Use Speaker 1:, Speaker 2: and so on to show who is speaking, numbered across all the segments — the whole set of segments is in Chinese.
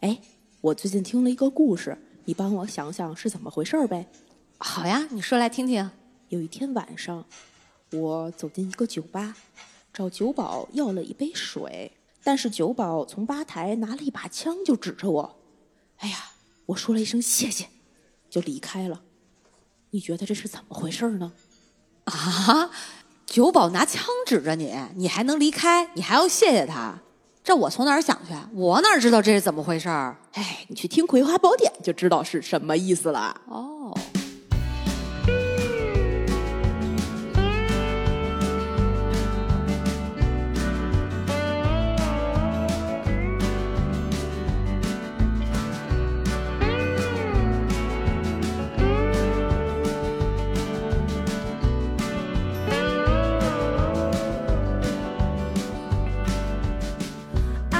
Speaker 1: 哎，我最近听了一个故事，你帮我想想是怎么回事儿呗。
Speaker 2: 好呀，你说来听听。
Speaker 1: 有一天晚上，我走进一个酒吧，找酒保要了一杯水，但是酒保从吧台拿了一把枪就指着我。哎呀，我说了一声谢谢，就离开了。你觉得这是怎么回事儿呢？
Speaker 2: 啊，酒保拿枪指着你，你还能离开？你还要谢谢他？这我从哪儿想去？我哪知道这是怎么回事儿？
Speaker 1: 哎，你去听《葵花宝典》就知道是什么意思了。
Speaker 2: 哦，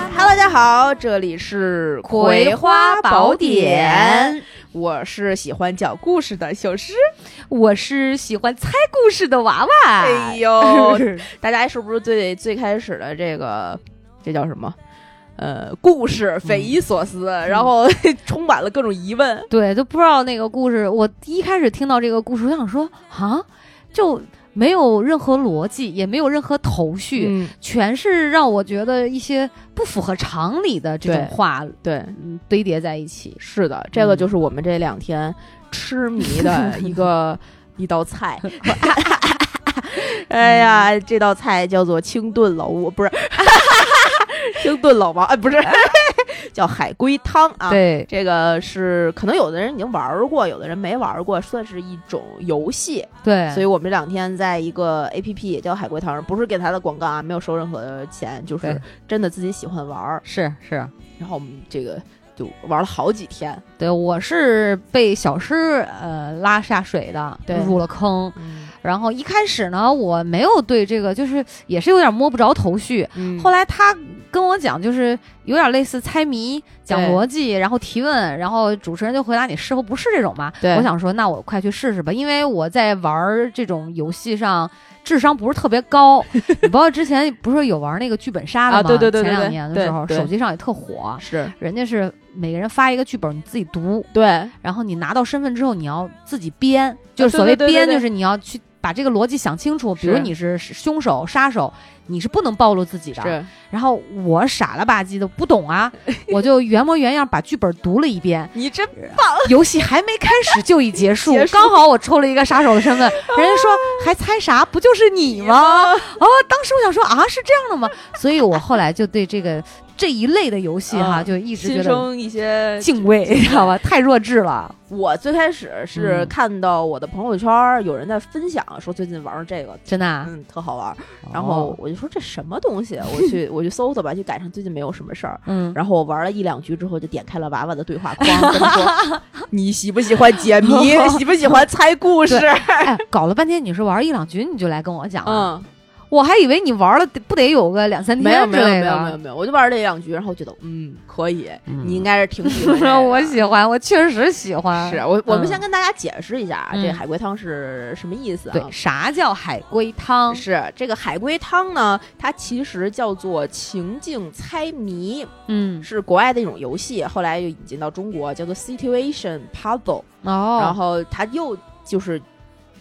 Speaker 3: 哈喽，大家好，这里是《
Speaker 2: 葵花宝典》，
Speaker 3: 我是喜欢讲故事的小诗。
Speaker 2: 我是喜欢猜故事的娃娃。
Speaker 3: 哎呦，大家是不是对最开始的这个这叫什么？呃，故事匪夷所思，然后 充满了各种疑问。
Speaker 4: 对，都不知道那个故事。我一开始听到这个故事，我想说啊，就没有任何逻辑，也没有任何头绪，
Speaker 3: 嗯，
Speaker 4: 全是让我觉得一些不符合常理的这种
Speaker 3: 对
Speaker 4: 话
Speaker 3: 对，
Speaker 4: 嗯堆叠在一起。
Speaker 3: 是的，这
Speaker 4: 嗯
Speaker 3: 个就是我们这两天痴迷的一个一道菜。哎呀，这道菜叫做清炖老五，不是清炖老王，哎，不是叫海龟汤啊。
Speaker 4: 对，
Speaker 3: 这个是可能有的人已经玩儿过，有的人没玩儿过，算是一种游戏。
Speaker 4: 对，
Speaker 3: 所以我们这两天在一个 A P P 叫海龟汤，不是给他的广告啊，没有收任何的钱，就是
Speaker 4: 对
Speaker 3: 真的自己喜欢玩儿。
Speaker 4: 是是，
Speaker 3: 然后我们这个就玩了好几天。
Speaker 4: 对，我是被小诗呃拉下水的
Speaker 3: 对，
Speaker 4: 入了坑。
Speaker 3: 嗯，
Speaker 4: 然后一开始呢，我没有对这个，就是也是有点摸不着头绪。后
Speaker 3: 来
Speaker 4: 来他跟我讲，就是有点类似猜谜、讲
Speaker 3: 对
Speaker 4: 逻辑，然后提问，然后主持人就回答你是或不是这种嘛。
Speaker 3: 对
Speaker 4: 我想说，那我快去试试吧，因为我在玩儿这种游戏上智商不是特别 高。你包括之前不是有玩那个剧本杀的吗？
Speaker 3: 啊对对对对
Speaker 4: 前
Speaker 3: 对
Speaker 4: 两年的时候
Speaker 3: 对对
Speaker 4: 手机上也特火，
Speaker 3: 是
Speaker 4: 人家是每个人发一个剧本，你自己读，
Speaker 3: 对
Speaker 4: 然后你拿到身份之后，你要自己编，就是
Speaker 3: 对
Speaker 4: 所谓
Speaker 3: 啊对对对
Speaker 4: 编，
Speaker 3: 对
Speaker 4: 就是你要去把这个逻辑想清楚。比如
Speaker 3: 是
Speaker 4: 你是凶手、杀手，你是不能暴露自己的。
Speaker 3: 是。
Speaker 4: 然后我傻了吧唧的不懂啊，我就原模原样把剧本读了一遍
Speaker 3: 你真
Speaker 4: 游戏还没开始就已结束，
Speaker 3: 哦结束
Speaker 4: 刚好我抽了一个杀手的 身份，人家说还猜啥？不就是你
Speaker 3: 啊
Speaker 4: 吗？哦，当时我想说啊，是这样的吗？所以我后来就对这个这一类的游戏哈，
Speaker 3: 嗯
Speaker 4: 就一直
Speaker 3: 心
Speaker 4: 觉得
Speaker 3: 生一些。
Speaker 4: 敬 畏，你知道吧？太弱智了。
Speaker 3: 我最开始是
Speaker 4: 嗯
Speaker 3: 看到我的朋友圈儿有人在分享说最近玩儿这个，
Speaker 4: 真的啊、哦
Speaker 3: 嗯，特好玩儿。然后我就说这什么东西？我 去我去搜搜吧，就赶上最近没有什么事儿。
Speaker 4: 嗯，
Speaker 3: 然后我玩了一两局之后，就点开了娃娃的对话框，跟他 说：“你喜不喜欢解 谜？喜不喜欢猜故事
Speaker 4: 哎，搞了半天你是玩一两局你就来跟我讲？”了，
Speaker 3: 嗯，
Speaker 4: 我还以为你玩了得不得有个两三
Speaker 3: 没有
Speaker 4: 嗯天之
Speaker 3: 没有
Speaker 4: 类
Speaker 3: 没有没有
Speaker 4: 的。
Speaker 3: 没有，我就玩了一两局，然后觉得嗯可以，你应该是挺喜欢这个。
Speaker 4: 哦我喜欢，我确实喜欢。
Speaker 3: 是啊我我们
Speaker 4: 嗯
Speaker 3: 先跟大家解释一下啊，
Speaker 4: 嗯
Speaker 3: 这海龟汤是什么意思啊
Speaker 4: 对，？啥叫海龟汤？
Speaker 3: 是这个海龟汤呢，它其实叫做情境猜谜，
Speaker 4: 嗯，
Speaker 3: 是国外的一种游戏，后来又引进到中国，叫做 Situation Puzzle。
Speaker 4: 哦，
Speaker 3: 然后它又就是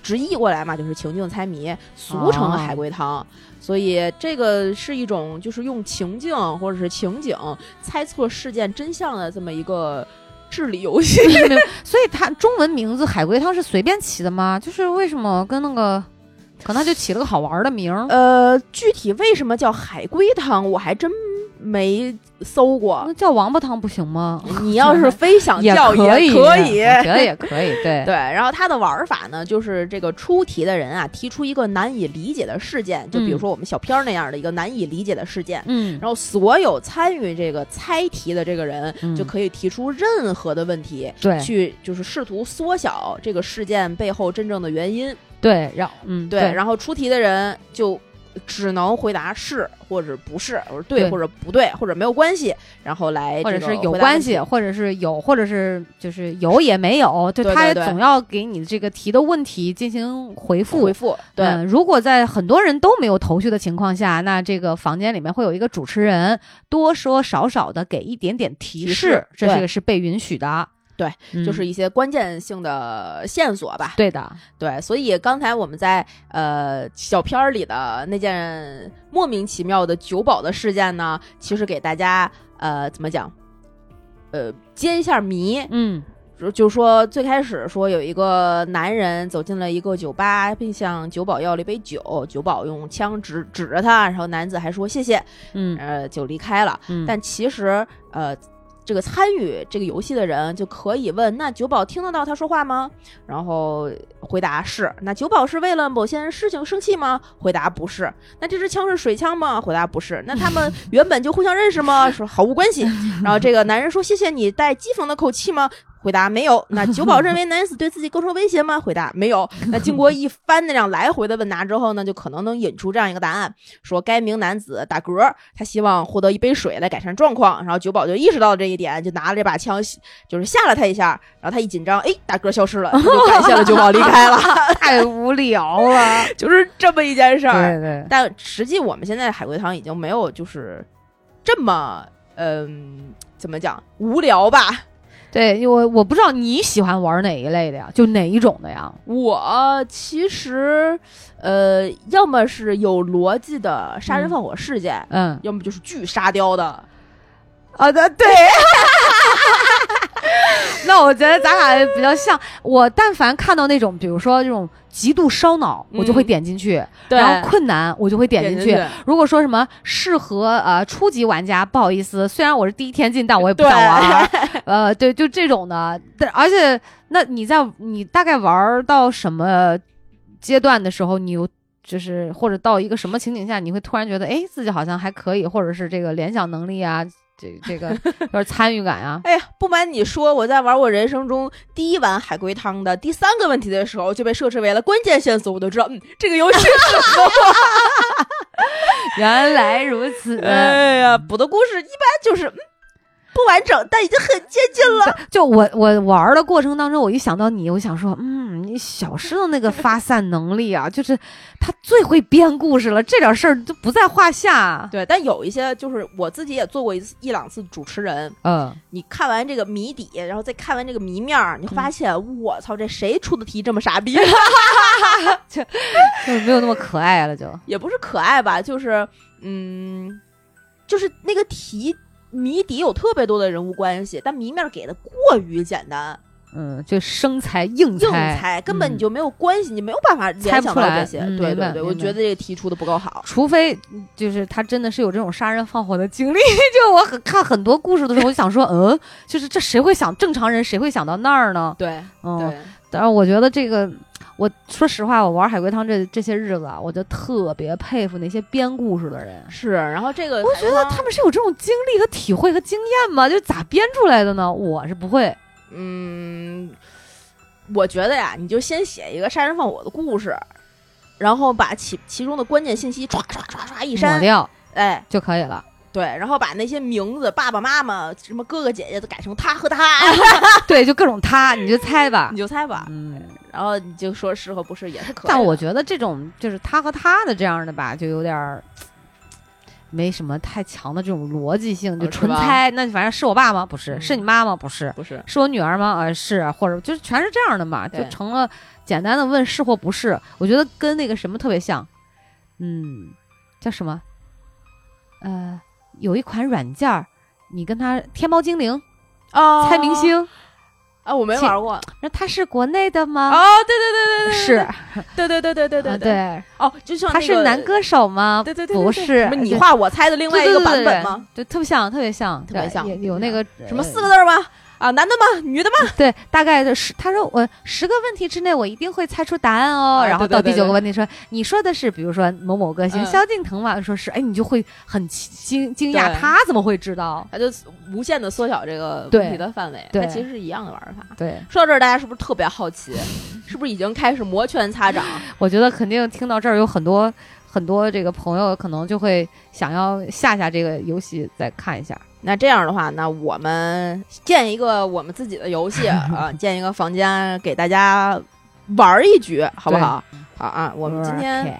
Speaker 3: 直译过来嘛，就是情境猜谜，俗称
Speaker 4: 哦
Speaker 3: 的海龟汤。所以这个是一种就是用情境或者是情景猜测事件真相的这么一个智力游戏。
Speaker 4: 所以它中文名字海龟汤是随便起的吗？就是为什么跟那个，可能它就起了个好玩的名儿。
Speaker 3: 呃，具体为什么叫海龟汤，我还真没搜过。
Speaker 4: 那叫王八汤不行吗？
Speaker 3: 你要是非想
Speaker 4: 也
Speaker 3: 呃嗯叫
Speaker 4: 可
Speaker 3: 以，
Speaker 4: 以，
Speaker 3: 可
Speaker 4: 我觉得也可以。对，
Speaker 3: 对，然后它的玩法呢，就是这个出题的人啊，提出一个难以理解的事件，就比如
Speaker 4: 嗯
Speaker 3: 说我们小片儿那样的一个难以理解的事件，
Speaker 4: 嗯，
Speaker 3: 然后所有参与这个猜题的这个人，
Speaker 4: 嗯
Speaker 3: 就可以提出任何的问题，
Speaker 4: 对
Speaker 3: 去就是试图缩小这个事件背后真正的原因。
Speaker 4: 对，然后嗯
Speaker 3: 然后出题的人就只能回答是或者不是，我说
Speaker 4: 对
Speaker 3: 对或者不对，或者没有关系，然后来
Speaker 4: 或者
Speaker 3: 哎这个
Speaker 4: 是有
Speaker 3: 回答
Speaker 4: 关
Speaker 3: 问题
Speaker 4: 系，或者是有，或者是就是有也没有，就
Speaker 3: 对
Speaker 4: 他
Speaker 3: 对对
Speaker 4: 总要给你这个提的问题进行回复。
Speaker 3: 回复，对，
Speaker 4: 嗯如果在很多人都没有头绪的情况下，那这个房间里面会有一个主持人，多说少少的给一点点提
Speaker 3: 提
Speaker 4: 示
Speaker 3: 示，
Speaker 4: 这
Speaker 3: 对
Speaker 4: 是是被允许的。
Speaker 3: 对
Speaker 4: 嗯，
Speaker 3: 就是一些关键性的线索吧。
Speaker 4: 对的，
Speaker 3: 对，所以刚才我们在呃小片儿里的那件莫名其妙的酒保的事件呢，其实给大家呃怎么讲，呃揭一下谜，
Speaker 4: 嗯
Speaker 3: 就就说最开始说有一个男人走进了一个酒吧，并向酒保要了一杯酒，酒保用枪指指着他，然后男子还说谢谢，
Speaker 4: 嗯
Speaker 3: 呃就离开了。
Speaker 4: 嗯，
Speaker 3: 但其实呃。这个参与这个游戏的人就可以问：那酒保听得到他说话吗？然后回答是。那酒保是为了某件事情生气吗？回答不是。那这支枪是水枪吗？回答不是。那他们原本就互相认识吗？说毫无关系。然后这个男人说：谢谢你带讥讽的口气吗？回答没有。那酒保认为男子对自己构成威胁吗？回答没有。那经过一番那样来回的问答之后呢，就可能能引出这样一个答案：说该名男子打嗝，他希望获得一杯水来改善状况。然后酒保就意识到了这一点，就拿了这把枪，就是吓了他一下。然后他一紧张，哎，打嗝消失了，他就感谢了酒保离开了。
Speaker 4: 太无聊了。
Speaker 3: 就是这么一件事儿。
Speaker 4: 对对，
Speaker 3: 但实际我们现在海龟汤已经没有就是这么嗯、怎么讲无聊吧？
Speaker 4: 对，因为我我不知道你喜欢玩哪一类的呀，就哪一种的呀？
Speaker 3: 我其实呃，要么是有逻辑的杀人
Speaker 4: 嗯
Speaker 3: 放火事件，
Speaker 4: 嗯
Speaker 3: 要么就是巨沙雕的。
Speaker 4: 啊，对对。那我觉得咱俩比较像，我但凡看到那种，比如说这种极度烧脑，我就会
Speaker 3: 嗯
Speaker 4: 点进去；然
Speaker 3: 然
Speaker 4: 后
Speaker 3: 后
Speaker 4: 困难，我就会点
Speaker 3: 点
Speaker 4: 进
Speaker 3: 进
Speaker 4: 去。如果说什么适合呃初级玩家，不好意思，虽然我是第一天进，但我也不
Speaker 3: 对
Speaker 4: 想玩。呃，对，就这种的。但而且，那你在你大概玩到什么阶段的时候，你有就是或者到一个什么情景下，你会突然觉得，哎，自己好像还可以，或者是这个联想能力啊，这这个 就是参与感啊。
Speaker 3: 哎呀，不瞒你说，我在玩我人生中第一碗海龟汤的第三个问题的时候，就被设置为了关键线索，我都知道，嗯，这个游戏适合我。
Speaker 4: 原来如此，
Speaker 3: 哎呀，补的故事一般就是、嗯、不完整，但已经很接近了。
Speaker 4: 就我我玩儿的过程当中，我一想到你，我想说，嗯，你小诗的那个发散能力啊，就是他最会编故事了，这点事儿都不在话下。
Speaker 3: 对，但有一些就是我自己也做过一次一两次主持人，
Speaker 4: 嗯，
Speaker 3: 你看完这个谜底，然后再看完这个谜面儿，你会发现，我操，这谁出的题这么傻逼？
Speaker 4: 就是没有那么可爱了，就
Speaker 3: 也不是可爱吧，就是嗯，就是那个题谜底有特别多的人物关系，但谜面儿给的过于简单，
Speaker 4: 嗯，就生财嗯硬
Speaker 3: 硬
Speaker 4: 猜，
Speaker 3: 猜嗯根本你就没有关系，你没有办法
Speaker 4: 猜
Speaker 3: 联
Speaker 4: 不
Speaker 3: 想
Speaker 4: 出
Speaker 3: 到
Speaker 4: 来
Speaker 3: 这些。
Speaker 4: 嗯
Speaker 3: 对
Speaker 4: 明白
Speaker 3: 对对，
Speaker 4: 明
Speaker 3: 我
Speaker 4: 白
Speaker 3: 觉得这个题出的不够好。
Speaker 4: 除非就是他真的是有这种杀人放火的 经历。就我很看很多故事的时候，我就想说，嗯，就是这谁会想正常人谁会想到那儿呢？
Speaker 3: 对
Speaker 4: 嗯，
Speaker 3: 对，
Speaker 4: 但是我觉得这个，我说实话，我玩海龟汤这这些日子啊，我就特别佩服那些编故事的人。
Speaker 3: 是。然后这个
Speaker 4: 我
Speaker 3: 海
Speaker 4: 觉
Speaker 3: 龟
Speaker 4: 得
Speaker 3: 汤
Speaker 4: 他们是有这种经历和体会和经验吗？就咋编出来的呢？我是不会。
Speaker 3: 嗯，我觉得呀，你就先写一个杀人放火的故事，然后把其其中的关键信息唰唰唰唰一
Speaker 4: 抹
Speaker 3: 删，
Speaker 4: 掉
Speaker 3: 哎，
Speaker 4: 就可以了。
Speaker 3: 对，然后把那些名字、爸爸妈妈、什么哥哥姐姐都改成他和他，
Speaker 4: 对，就各种他，你就猜吧
Speaker 3: 啊 你。就猜吧，
Speaker 4: 嗯，
Speaker 3: 然后你就说是和不是也是可以的。
Speaker 4: 但我觉得这种就是他和他的这样的吧，就有点儿没什么太强的这种逻辑性，就
Speaker 3: 哦是
Speaker 4: 纯
Speaker 3: 吧
Speaker 4: 猜。那反正是我爸吗？不是。
Speaker 3: 嗯
Speaker 4: 是你妈吗？不是。
Speaker 3: 不是，
Speaker 4: 是我女儿吗？啊，是，或者就是全是这样的嘛，就
Speaker 3: 对
Speaker 4: 成了简单的问是或不是。我觉得跟那个什么特别像，嗯，叫什么？呃，有一款软件儿，你跟它天猫精灵
Speaker 3: 啊
Speaker 4: 猜明星，
Speaker 3: 啊，我没
Speaker 4: 切
Speaker 3: 玩过啊
Speaker 4: 那、它是国内的吗？
Speaker 3: 哦对对对对对，
Speaker 4: 是，啊
Speaker 3: 对对对对对
Speaker 4: 对
Speaker 3: 对对，哦，就像
Speaker 4: 它
Speaker 3: 那
Speaker 4: 是
Speaker 3: 个
Speaker 4: 男，歌手吗？
Speaker 3: 对对对，对
Speaker 4: 不
Speaker 3: 啊
Speaker 4: 是
Speaker 3: 对什么你
Speaker 4: 对
Speaker 3: 画我猜的另
Speaker 4: 对
Speaker 3: 外一
Speaker 4: 对
Speaker 3: 个
Speaker 4: 对
Speaker 3: 版
Speaker 4: 对
Speaker 3: 本吗？
Speaker 4: 对，特别像，特别像，
Speaker 3: 特别
Speaker 4: 对
Speaker 3: 像
Speaker 4: 也有那个
Speaker 3: 什么
Speaker 4: 呃
Speaker 3: 四个字儿吗？啊，男的吗？女的吗？
Speaker 4: 对，大概的十，他说我十个问题之内我一定会猜出答案哦。
Speaker 3: 啊
Speaker 4: 然后
Speaker 3: 对对
Speaker 4: 到第
Speaker 3: 对
Speaker 4: 九个
Speaker 3: 对
Speaker 4: 问题说，你说的是比如说某某歌星
Speaker 3: 嗯
Speaker 4: 萧敬腾吧，说是，哎，你就会很奇惊惊讶，
Speaker 3: 对
Speaker 4: 他怎么会知道？
Speaker 3: 啊他就无限的缩小这个
Speaker 4: 对
Speaker 3: 问题的范围，
Speaker 4: 对
Speaker 3: 它其实是一样的玩法。
Speaker 4: 对，
Speaker 3: 说到这儿，大家是不是特 别好奇？是不是已经开始摩拳擦掌？
Speaker 4: 我觉得肯定听到这儿有很多。很多这个朋友可能就会想要下下这个游戏再看一下。
Speaker 3: 那这样的话，那我们建一个我们自己的游 戏啊，建一个房间给大家玩一局，好不好？好啊，我们今天
Speaker 4: OK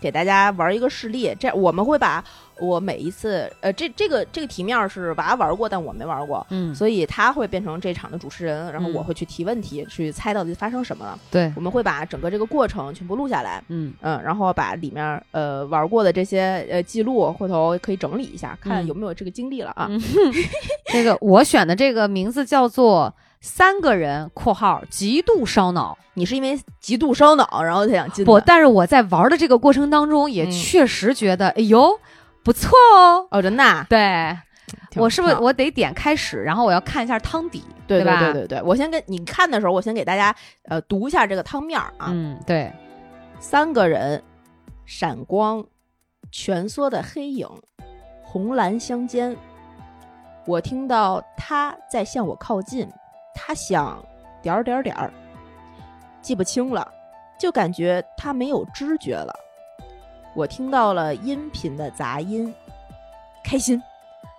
Speaker 3: 给大家玩一个示例，这我们会把我每一次呃，这这个这个题面是娃玩过，但我没玩过，
Speaker 4: 嗯，
Speaker 3: 所以他会变成这场的主持人，然后
Speaker 4: 嗯
Speaker 3: 我会去提问题，去猜到底发生什么了。
Speaker 4: 对，
Speaker 3: 我们会把整个这个过程全部录下来，
Speaker 4: 嗯，
Speaker 3: 嗯，然后把里面呃玩过的这些呃记录，回头可以整理一下，看
Speaker 4: 嗯
Speaker 3: 有没有这个经历了啊。
Speaker 4: 嗯这个我选的这个名字叫做“三个人（括号极度烧脑
Speaker 3: 你是因为极度烧脑，然后才想”进。
Speaker 4: 不，
Speaker 3: 的？
Speaker 4: 但是我在玩的这个过程当中，也
Speaker 3: 嗯
Speaker 4: 确实觉得，哎呦，不错哦。
Speaker 3: 哦，真的啊，
Speaker 4: 对
Speaker 3: 挺
Speaker 4: 我是不是
Speaker 3: 挺好
Speaker 4: 我得点开始，然后我要看一下汤底，
Speaker 3: 对
Speaker 4: 吧？
Speaker 3: 对对对，我先跟你看的时候，我先给大家呃读一下这个汤面儿啊。
Speaker 4: 嗯，对，
Speaker 3: 三个人，闪光，蜷缩的黑影，红蓝相间。我听到他在向我靠近，他想点儿点儿点儿，记不清了，就感觉他没有知觉了。我听到了音频的杂音，开心，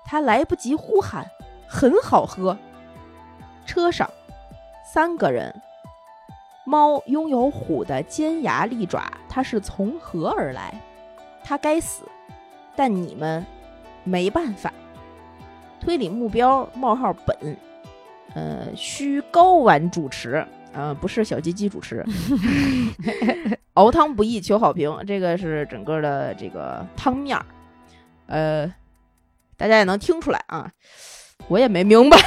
Speaker 3: 他来不及呼喊，很好喝。车上，三个人猫拥有虎的尖牙利爪，它是从何而来？它该死，但你们没办法。推理目标冒号本，呃，需高玩主持，呃，不是小鸡鸡 主持。熬汤不易，求好评。这个是整个的这个汤面儿，呃，大家也能听出来啊。我也没明白，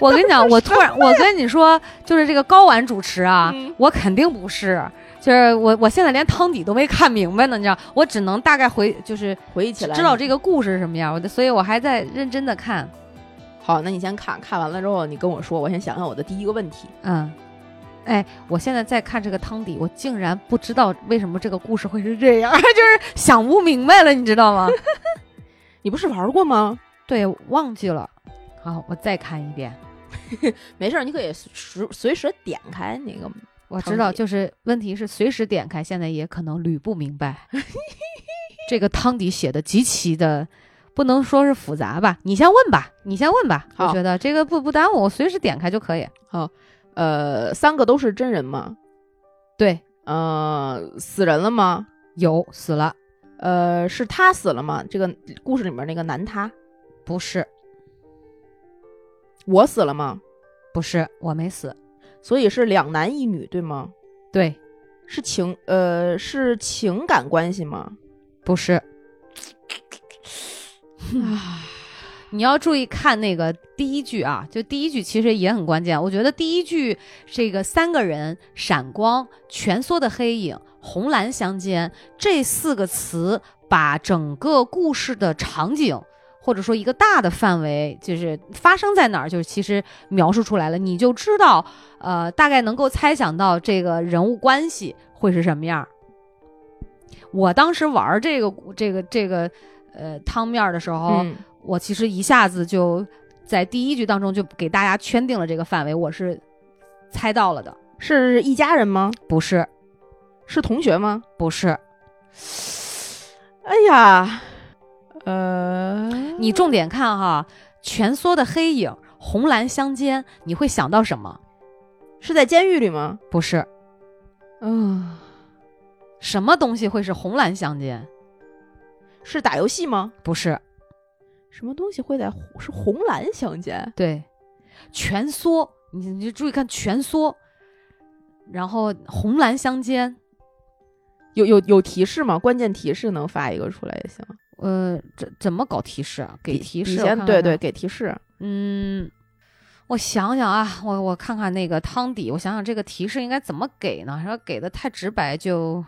Speaker 4: 我跟你讲，我突然，我跟你说，就是这个高玩主持啊，
Speaker 3: 嗯
Speaker 4: 我肯定不是，就是我我现在连汤底都没看明白呢，你知道，我只能大概回就是
Speaker 3: 回忆起来
Speaker 4: 知道
Speaker 3: 这。
Speaker 4: 这个故事是什么样，我的，所以我还在认真的看，
Speaker 3: 好，那你先看看完了之后，你跟我说，我先想想我的第一个问题。
Speaker 4: 嗯。哎，我现在在看这个汤底，我竟然不知道为什么这个故事会是这样， 就是想不明白了，你知道吗？
Speaker 3: 你不是玩过吗？
Speaker 4: 对，忘记了。好，我再看一遍。
Speaker 3: 没事儿，你可以随随时点开那个。
Speaker 4: 我
Speaker 3: 汤
Speaker 4: 知道，
Speaker 3: 底
Speaker 4: 就是问题是随时点开，现在也可能捋不明白。 这个汤底写的极其的，不能说是复杂吧？你先问吧，你先问吧。我
Speaker 3: 好
Speaker 4: 觉得这个不不耽误，我随时点开就可以。
Speaker 3: 呃，三个都是真人吗？
Speaker 4: 对，
Speaker 3: 呃，死人了吗？
Speaker 4: 有死了，
Speaker 3: 呃，是他死了吗？这个故事里面那个男他，
Speaker 4: 不是，
Speaker 3: 我死了吗？
Speaker 4: 不是，我没死。
Speaker 3: 所以是两男一女，对吗？
Speaker 4: 对，
Speaker 3: 是情呃是情感关系吗？
Speaker 4: 不是。你要注意看那个第一句啊，就第一句其实也很关键。我觉得第一句这个三个人闪光、蜷缩的黑影、红蓝相间这四个词，把整个故事的场景。或者说一个大的范围，就是发生在哪儿，就是其实描述出来了，你就知道，呃，大概能够猜想到这个人物关系会是什么样儿。我当时玩儿这个这个这个呃汤面儿的时候，
Speaker 3: 嗯，
Speaker 4: 我其实一下子就在第一句当中就给大家圈定了这个范围，我是猜到了的，
Speaker 3: 是一家人吗？
Speaker 4: 不是，
Speaker 3: 是同学吗？
Speaker 4: 不是，
Speaker 3: 哎呀，呃，
Speaker 4: 你重点看哈，蜷缩的黑影，红蓝相间，你会想到什么？
Speaker 3: 是在监狱里吗？
Speaker 4: 不是，
Speaker 3: 嗯、
Speaker 4: 什么东西会是红蓝相间？
Speaker 3: 是打游戏吗？
Speaker 4: 不是，
Speaker 3: 什么东西会在红是红蓝相间？
Speaker 4: 对，蜷缩，你你就注意看蜷缩，然后红蓝相间，
Speaker 3: 有有有提示吗？关键提示能发一个出来也行。
Speaker 4: 呃，怎怎么搞提示啊？给
Speaker 3: 你
Speaker 4: 提
Speaker 3: 你
Speaker 4: 示，我
Speaker 3: 先
Speaker 4: 看看
Speaker 3: 对
Speaker 4: 啊
Speaker 3: 对，给提示。
Speaker 4: 嗯，我想想啊，我我看看那个汤底，我想想这个提示应该怎么给呢？要给的太直白就，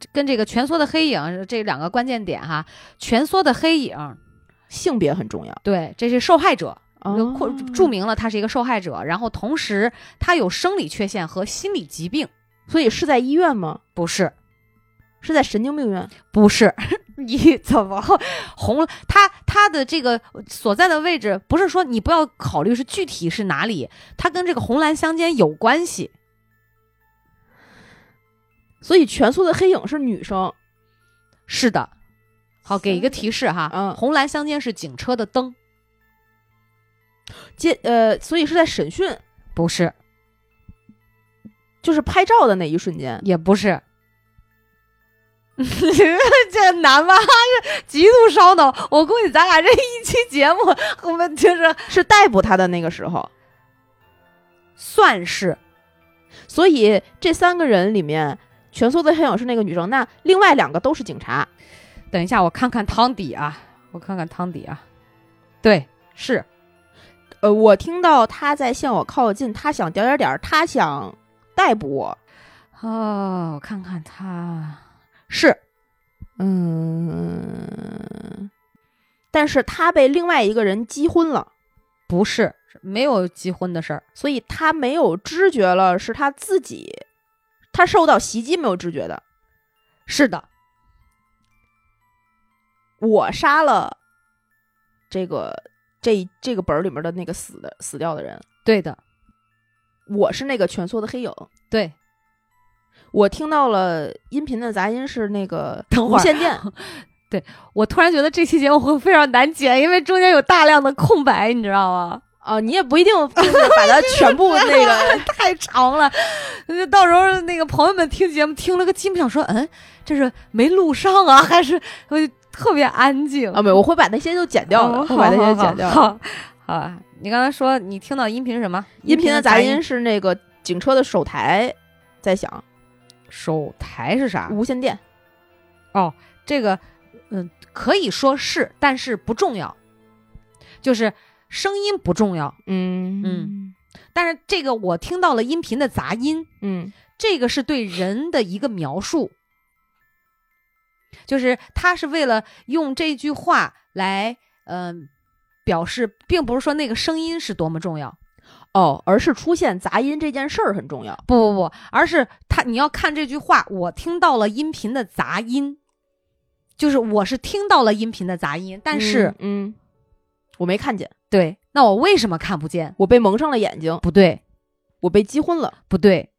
Speaker 4: 这跟这个蜷缩的黑影这两个关键点哈，蜷缩的黑影，
Speaker 3: 性别很重要。
Speaker 4: 对，这是受害者，就括
Speaker 3: 哦
Speaker 4: 注明了他是一个受害者，然后同时他有生理缺陷和心理疾病，
Speaker 3: 所以是在医院吗？
Speaker 4: 不是。
Speaker 3: 是在神经病院？
Speaker 4: 不是， 你怎么红了？他他的这个所在的位置，不是说你不要考虑是具体是哪里，它跟这个红蓝相间有关系。
Speaker 3: 所以蜷缩的黑影是女生，
Speaker 4: 是的。好，给一个提示哈，
Speaker 3: 嗯
Speaker 4: 红蓝相间是警车的灯，
Speaker 3: 接呃，所以是在审讯，
Speaker 4: 不是，
Speaker 3: 就是拍照的那一瞬间，
Speaker 4: 也不是。 这难吧？ 这极度烧脑。我估计咱俩这一期节目， 我们就是
Speaker 3: 是逮捕他的那个时候。
Speaker 4: 算是
Speaker 3: 所以这三个人里面，蜷缩在黑影是那个女生，那另外两个都是警察。
Speaker 4: 等一下，我看看汤底啊，我看看汤底啊。对，是
Speaker 3: 呃，我听到他在向我靠近，他想点点点儿，他想逮捕我。
Speaker 4: 哦，我看看他
Speaker 3: 是，嗯，但是他被另外一个人击昏了，
Speaker 4: 不是没有结婚的事儿，
Speaker 3: 所以他没有知觉了，是他自己，他受到袭击没有知觉的。
Speaker 4: 是的，
Speaker 3: 我杀了这个这这个本儿里面的那个死的死掉的人，
Speaker 4: 对的，
Speaker 3: 我是那个蜷缩的黑影。
Speaker 4: 对，
Speaker 3: 我听到了音频的杂音是那个
Speaker 4: 等会
Speaker 3: 无
Speaker 4: 儿
Speaker 3: 线电，
Speaker 4: 我突然觉得这期节目会非常难剪，因为中间有大量的空白，你知道吗？
Speaker 3: 啊，你也不一定 就是把它全部那个
Speaker 4: 太长了，那到时候那个朋友们听节目听了个鸡不想说，嗯，这是没录上啊，还是我就特别安静
Speaker 3: 啊，没有，我会把那些就剪掉的，
Speaker 4: 哦
Speaker 3: 会把那些剪掉
Speaker 4: 好
Speaker 3: 的。
Speaker 4: 好好啊，你刚才说你听到音频是什么？
Speaker 3: 音频的杂音是那个警车的手台在响，
Speaker 4: 手台是啥？
Speaker 3: 无线电。
Speaker 4: 这个，嗯，可以说是，但是不重要，就是声音不重要。
Speaker 3: 嗯
Speaker 4: 嗯但是这个我听到了音频的杂音，
Speaker 3: 嗯
Speaker 4: 这个是对人的一个描述，就是他是为了用这句话来，嗯、表示，并不是说那个声音是多么重要，
Speaker 3: 哦，而是出现杂音这件事儿很重要。
Speaker 4: 不不不，而是他你要看这句话，我听到了音频的杂音，就是我是听到了音频的杂音，但是、
Speaker 3: 嗯，嗯我没看见，
Speaker 4: 对，那我为什么看不见？
Speaker 3: 我被蒙上了眼睛，
Speaker 4: 不对，
Speaker 3: 我被击昏了。
Speaker 4: 不对。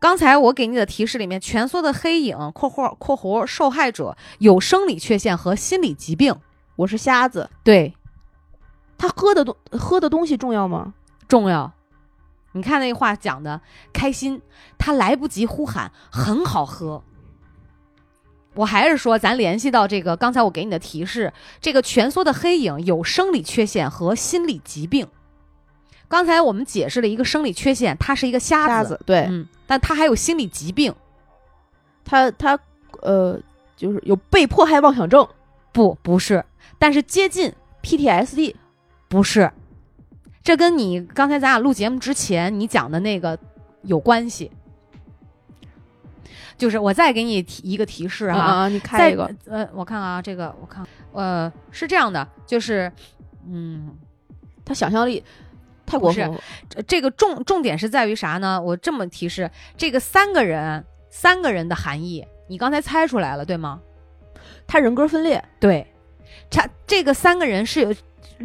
Speaker 4: 刚才我给你的提示里面，蜷缩的黑影（括弧括弧受害者）有生理缺陷和心理疾病，
Speaker 3: 我是瞎子。
Speaker 4: 对，
Speaker 3: 他喝的东喝的东西重要吗？
Speaker 4: 重要。你看那话讲的开心，他来不及呼喊，很好喝。我还是说，咱联系到这个刚才我给你的提示，这个蜷缩的黑影有生理缺陷和心理疾病。刚才我们解释了一个生理缺陷，他是一个瞎子，
Speaker 3: 瞎子，对、
Speaker 4: 嗯，但他还有心理疾病，
Speaker 3: 他他呃，就是有被迫害妄想症
Speaker 4: 不，不是，但是接近，
Speaker 3: ，PTSD。
Speaker 4: 不是，这跟你刚才咱俩录节目之前你讲的那个有关系。就是我再给你提一个提示哈、
Speaker 3: 啊，你
Speaker 4: 在
Speaker 3: 看一个，
Speaker 4: 呃，我看啊，这个我看，呃，是这样的，就是，嗯，
Speaker 3: 他想象力太过
Speaker 4: 不是
Speaker 3: 丰富。
Speaker 4: 这这个重重点是在于啥呢？我这么提示，这个三个人，三个人的含义，你刚才猜出来了，对吗？
Speaker 3: 他人格分裂，
Speaker 4: 对，他这个三个人是有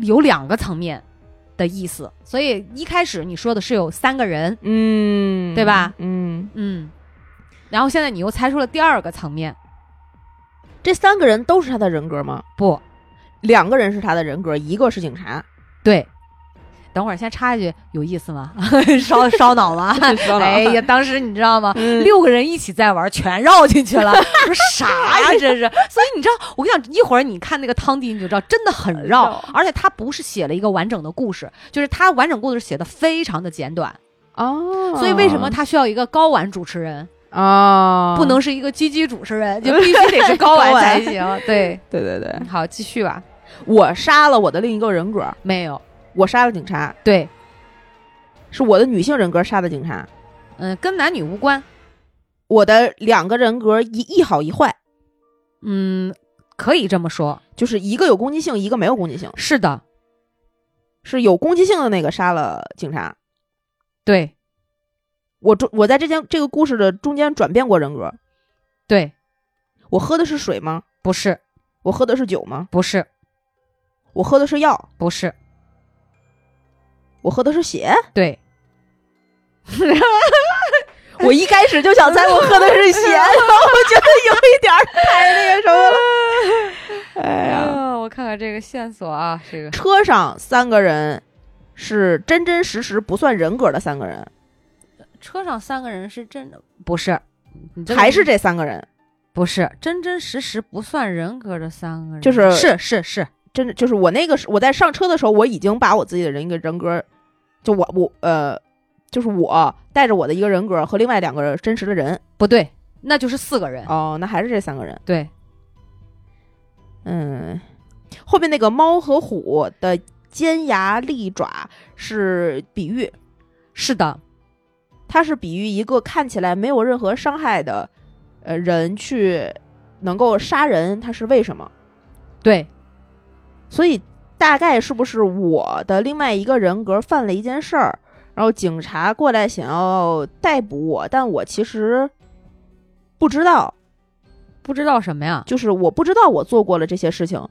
Speaker 4: 有两个层面的意思，所以一开始你说的是有三个人，
Speaker 3: 嗯
Speaker 4: 对吧？
Speaker 3: 嗯，
Speaker 4: 嗯，然后现在你又猜出了第二个层面，
Speaker 3: 这三个人都是他的人格吗？
Speaker 4: 不
Speaker 3: 两个人是他的人格，一个是警察。
Speaker 4: 对。等会儿先插一句，有意思 吗？烧烧脑吗？
Speaker 3: 烧脑
Speaker 4: 哎呀，当时你知道吗？
Speaker 3: 嗯
Speaker 4: 六个人一起在玩，全绕进去 了，说啥呀？这是，所以你知道，我跟你讲，一会儿你看那个汤迪，你就知道，真的很绕
Speaker 3: 绕，
Speaker 4: 而且他不是写了一个完整的故事，就是他完整故事写的非常的简短，
Speaker 3: 哦
Speaker 4: 所以为什么他需要一个高玩主持人，
Speaker 3: 啊
Speaker 4: 不能是一个鸡鸡主持人， 就必须得是高
Speaker 3: 高
Speaker 4: 玩
Speaker 3: 玩
Speaker 4: 才行。 对，
Speaker 3: 对对对，
Speaker 4: 好，继续吧。
Speaker 3: 我杀了我的另一个人格，
Speaker 4: 没有，
Speaker 3: 我杀了警察，
Speaker 4: 对，
Speaker 3: 是我的女性人格杀的警察。
Speaker 4: 嗯，跟男女无关，
Speaker 3: 我的两个人格一一好一坏，
Speaker 4: 嗯，可以这么说，
Speaker 3: 就是一个有攻击性，一个没有攻击性。
Speaker 4: 是的，
Speaker 3: 是有攻击性的那个杀了警察。
Speaker 4: 对
Speaker 3: 我中我在这件这个故事的中间转变过人格。
Speaker 4: 对，
Speaker 3: 我喝的是水吗？
Speaker 4: 不是
Speaker 3: 我喝的是酒吗？
Speaker 4: 不是
Speaker 3: 我喝的是药？
Speaker 4: 不是，
Speaker 3: 我喝的是血？
Speaker 4: 对，
Speaker 3: 我一开始就想猜我喝的是咸，然后我觉得有一点儿太那个什么了。哎
Speaker 4: 哎
Speaker 3: 呀，
Speaker 4: 呀，我看看这个线索啊，这 个
Speaker 3: 车上三个人是真真实实不算人格的三个人，
Speaker 2: 车上三个人是真的，
Speaker 4: 不是，你这个
Speaker 3: 还是这三个人，
Speaker 4: 不是真真实实不算人格的三个人，
Speaker 3: 就是
Speaker 4: 是是是，
Speaker 3: 真的就是我那个时我在上车的时候，我已经把我自己的人一个人格，就我我呃，就是我带着我的一个人格和另外两个真实的人。
Speaker 4: 不对，那就是四个人，
Speaker 3: 哦，那还是这三个人。
Speaker 4: 对，
Speaker 3: 嗯，后面那个猫和虎的尖牙利爪是比喻，
Speaker 4: 是的，
Speaker 3: 它是比喻一个看起来没有任何伤害的呃人去能够杀人，它是为什么？
Speaker 4: 对，
Speaker 3: 所以大概是不是我的另外一个人格犯了一件事儿，然后警察过来想要逮捕我，但我其实不知道，
Speaker 4: 不知道什么呀？
Speaker 3: 就是我不知道我做过了这些事情。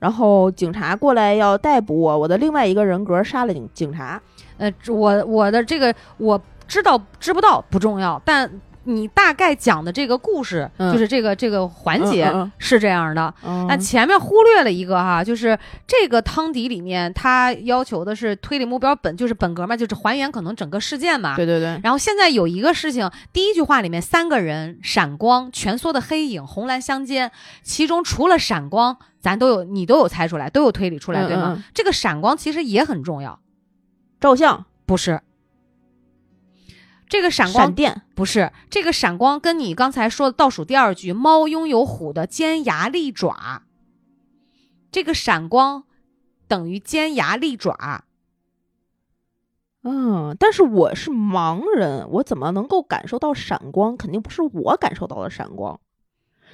Speaker 3: 然后警察过来要逮捕我，我的另外一个人格杀了警警察，
Speaker 4: 呃，这我我的这个我知道知不到不重要，但你大概讲的这个故事，
Speaker 3: 嗯
Speaker 4: 就是这个这个环节。
Speaker 3: 嗯
Speaker 4: 是这样的，
Speaker 3: 嗯嗯
Speaker 4: 那前面忽略了一个哈，就是这个汤底里面，它要求的是推理目标本就是本格嘛，就是还原可能整个事件嘛。
Speaker 3: 对对对，
Speaker 4: 然后现在有一个事情，第一句话里面三个人闪光蜷缩的黑影红蓝相间，其中除了闪光，咱都有你都有猜出来，都有推理出来，
Speaker 3: 嗯
Speaker 4: 对吗？
Speaker 3: 嗯嗯
Speaker 4: 这个闪光其实也很重要，
Speaker 3: 照相、
Speaker 4: 不是？这个闪光
Speaker 3: 闪电，
Speaker 4: 不是这个闪光，跟你刚才说的倒数第二句“猫拥有虎的尖牙利爪”，这个闪光等于尖牙利爪，
Speaker 3: 嗯，但是我是盲人，我怎么能够感受到闪光？肯定不是我感受到的闪光，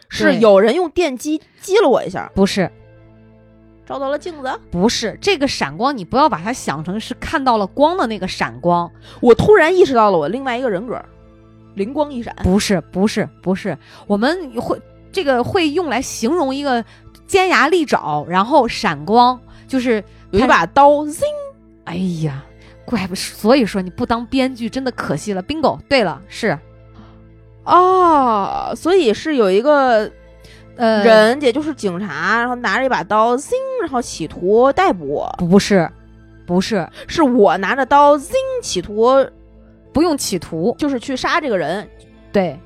Speaker 3: 是
Speaker 4: 对
Speaker 3: 有人用电击击了我一下，
Speaker 4: 不是
Speaker 3: 照到了镜子。
Speaker 4: 不是这个闪光，你不要把它想成是看到了光的那个闪光，
Speaker 3: 我突然意识到了我另外一个人格，灵光一闪。
Speaker 4: 不是不是不是，我们会这个会用来形容一个尖牙利爪，然后闪光就是
Speaker 3: 有一
Speaker 4: 它
Speaker 3: 把刀，zing，
Speaker 4: 哎呀，怪不，所以说你不当编剧真的可惜了。bingo，对了，是
Speaker 3: 啊，所以是有一个
Speaker 4: 呃
Speaker 3: 人，也就是警察，然后拿着一把刀，zing，然后企图逮捕我，
Speaker 4: 不是，不是，
Speaker 3: 是我拿着刀，zing，企图
Speaker 4: 不用企图，
Speaker 3: 就是去杀这个人，
Speaker 4: 对。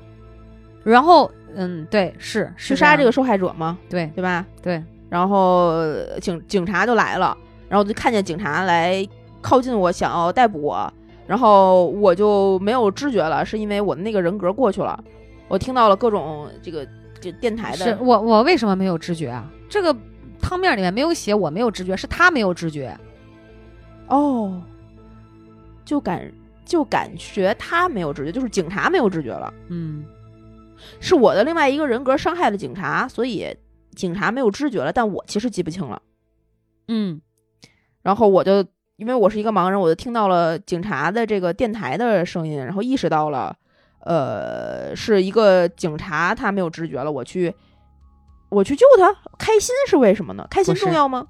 Speaker 4: 然后，嗯，对，是
Speaker 3: 去
Speaker 4: 是
Speaker 3: 杀这
Speaker 4: 这
Speaker 3: 个
Speaker 4: 样的，
Speaker 3: 受害者吗？
Speaker 4: 对
Speaker 3: 对吧？
Speaker 4: 对，
Speaker 3: 然后呃警警察就来了，然后我就看见警察来靠近我，想要逮捕我，然后我就没有知觉了，是因为我的那个人格过去了，我听到了各种这个这电台
Speaker 4: 是
Speaker 3: 的，
Speaker 4: 我我为什么没有知觉啊？这个汤面里面没有写我没有知觉，是他没有知觉，
Speaker 3: 哦，就感就感觉他没有知觉，就是警察没有知觉了，
Speaker 4: 嗯，
Speaker 3: 是我的另外一个人格伤害了警察，所以警察没有知觉了，但我其实记不清了。
Speaker 4: 嗯，
Speaker 3: 然后我就因为我是一个盲人，我就听到了警察的这个电台的声音，然后意识到了，呃，是一个警察，他没有知觉了，我去，我去救他，开心是为什么呢？开心
Speaker 4: 不是
Speaker 3: 重要吗？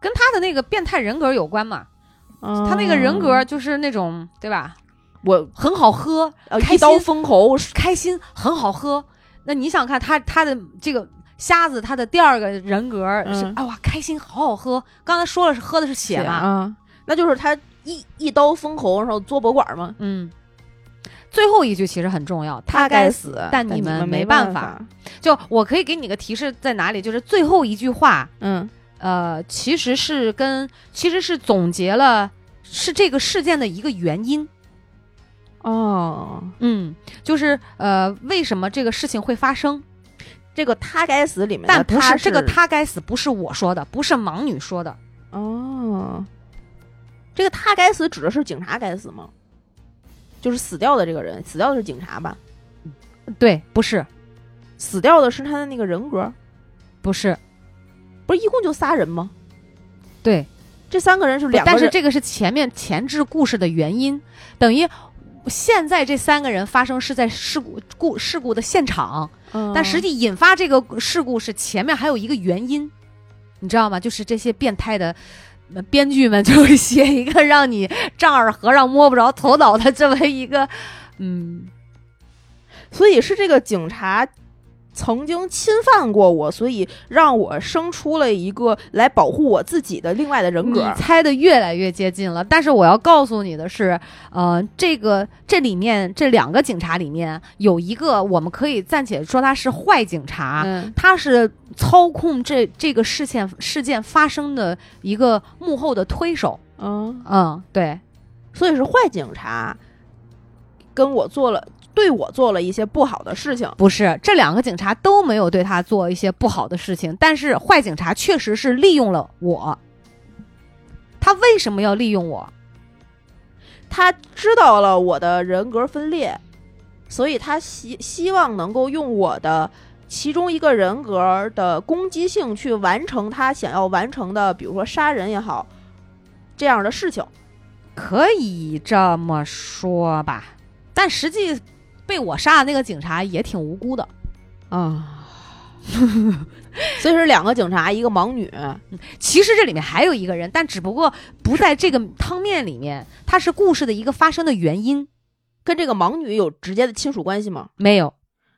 Speaker 4: 跟他的那个变态人格有关嘛？
Speaker 3: 嗯
Speaker 4: 他那个人格，就是那种，对吧？
Speaker 3: 我
Speaker 4: 很好喝，
Speaker 3: 呃
Speaker 4: 开
Speaker 3: 一刀
Speaker 4: 心
Speaker 3: 封喉，
Speaker 4: 开心，很好喝。那你想看他他的这个瞎子，他的第二个人格是、
Speaker 3: 嗯
Speaker 4: 啊哇，开心，好好喝。刚才说了是喝的是血嘛，
Speaker 3: 啊，那就是他一一刀封喉，然后嘬脖管吗？
Speaker 4: 嗯，最后一句其实很重要，他
Speaker 3: 该
Speaker 4: 该
Speaker 3: 死，
Speaker 4: 但
Speaker 3: 你
Speaker 4: 你们
Speaker 3: 没
Speaker 4: 没办
Speaker 3: 法
Speaker 4: 法。就我可以给你个提示在哪里，就是最后一句话，
Speaker 3: 嗯
Speaker 4: 呃，其实是跟其实是总结了是这个事件的一个原因。
Speaker 3: 哦，
Speaker 4: 嗯，就是呃，为什么这个事情会发生？
Speaker 3: 这个他该死里面的
Speaker 4: 但不
Speaker 3: 呃他
Speaker 4: 是这个他该死，不是我说的，不是盲女说的，
Speaker 3: 哦，这个他该死指的是警察该死吗？就是死掉的这个人，死掉的是警察吧？
Speaker 4: 对，不是，
Speaker 3: 死掉的是他的那个人格，
Speaker 4: 不是，
Speaker 3: 不是一共就仨人吗？
Speaker 4: 对。
Speaker 3: 这三个人是
Speaker 4: 不
Speaker 3: 两个
Speaker 4: 但
Speaker 3: 人，
Speaker 4: 是这个是前面前置故事的原因，等于现在这三个人发生是在事故故事故的现场，
Speaker 3: 嗯
Speaker 4: 但实际引发这个事故是前面还有一个原因，你知道吗？就是这些变态的。呃 编剧们就写一个让你丈二和尚摸不着头脑的这么一个嗯，
Speaker 3: 所以是这个警察曾经侵犯过我，所以让我生出了一个来保护我自己的另外的人
Speaker 4: 你
Speaker 3: 格。
Speaker 4: 猜的越来越接近了。但是我要告诉你的是，呃，这个这里面这两个警察里面有一个，我们可以暂且说他是坏警察，
Speaker 3: 嗯，
Speaker 4: 他是操控这这个事件事件发生的一个幕后的推手。
Speaker 3: 嗯，
Speaker 4: 嗯，对，
Speaker 3: 所以是坏警察跟我做了对我做了一些不好的事情。
Speaker 4: 不是这两个警察都没有对他做一些不好的事情，但是坏警察确实是利用了我。他为什么要利用我？
Speaker 3: 他知道了我的人格分裂，所以他希希望能够用我的其中一个人格的攻击性去完成他想要完成的，比如说杀人也好，这样的事情。
Speaker 4: 可以这么说吧，但实际被我杀的那个警察也挺无辜的。
Speaker 3: 啊。 所以是两个警察，一个盲女。
Speaker 4: 其实这里面还有一个人，但只不过不在这个汤面里面，他是故事的一个发生的原因。
Speaker 3: 跟这个盲女有直接的亲属关系吗？
Speaker 4: 没有，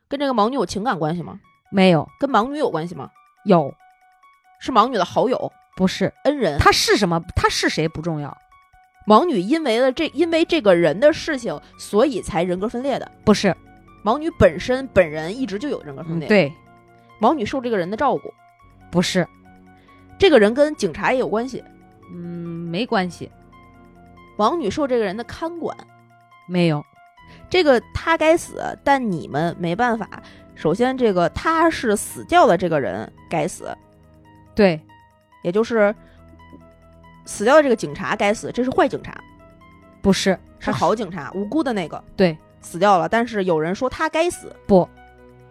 Speaker 3: 跟这个盲女有情感关系吗？
Speaker 4: 没有，
Speaker 3: 跟盲女有关系吗？
Speaker 4: 有
Speaker 3: 是盲女的好友、
Speaker 4: 不是
Speaker 3: 恩人。
Speaker 4: 他是什么，他是谁不重要，
Speaker 3: 盲女因为了这，因为这个人的事情，所以才人格分裂的。
Speaker 4: 不是，
Speaker 3: 盲女本身本人一直就有人格分
Speaker 4: 嗯
Speaker 3: 裂，，
Speaker 4: 对，
Speaker 3: 盲女受这个人的照顾，
Speaker 4: 不是，
Speaker 3: 这个人跟警察也有关系，
Speaker 4: 嗯，没关系，
Speaker 3: 盲女受这个人的看管，
Speaker 4: 没有，
Speaker 3: 这个他该死，但你们没办法。首先，这个他是死掉的这个人该死，
Speaker 4: 对，
Speaker 3: 也就是死掉的这个警察该死，这是坏警察，
Speaker 4: 不是，
Speaker 3: 是好警察，无辜的那个，
Speaker 4: 对，
Speaker 3: 死掉了，但是有人说他该死，
Speaker 4: 不，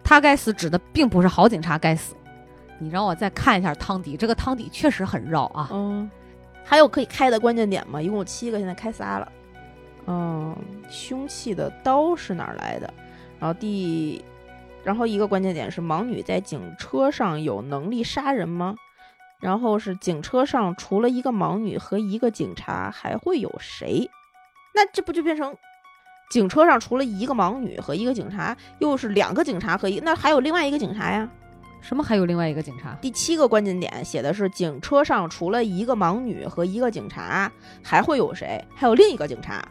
Speaker 4: 他该死指的并不是好警察该死。你让我再看一下汤底，这个汤底确实很绕啊。
Speaker 3: 嗯，还有可以开的关键点吗？一共有七个，现在开仨了。嗯，凶器的刀是哪儿来的？然后第，然后一个关键点是盲女在警车上有能力杀人吗？然后是警车上除了一个盲女和一个警察，还会有谁？那这不就变成警车上除了一个盲女和一个警察，又是两个警察和一那还有另外一个警察呀？
Speaker 4: 什么还有另外一个警察？
Speaker 3: 第七个关键点写的是警车上除了一个盲女和一个警察，还会有谁？还有另一个警察，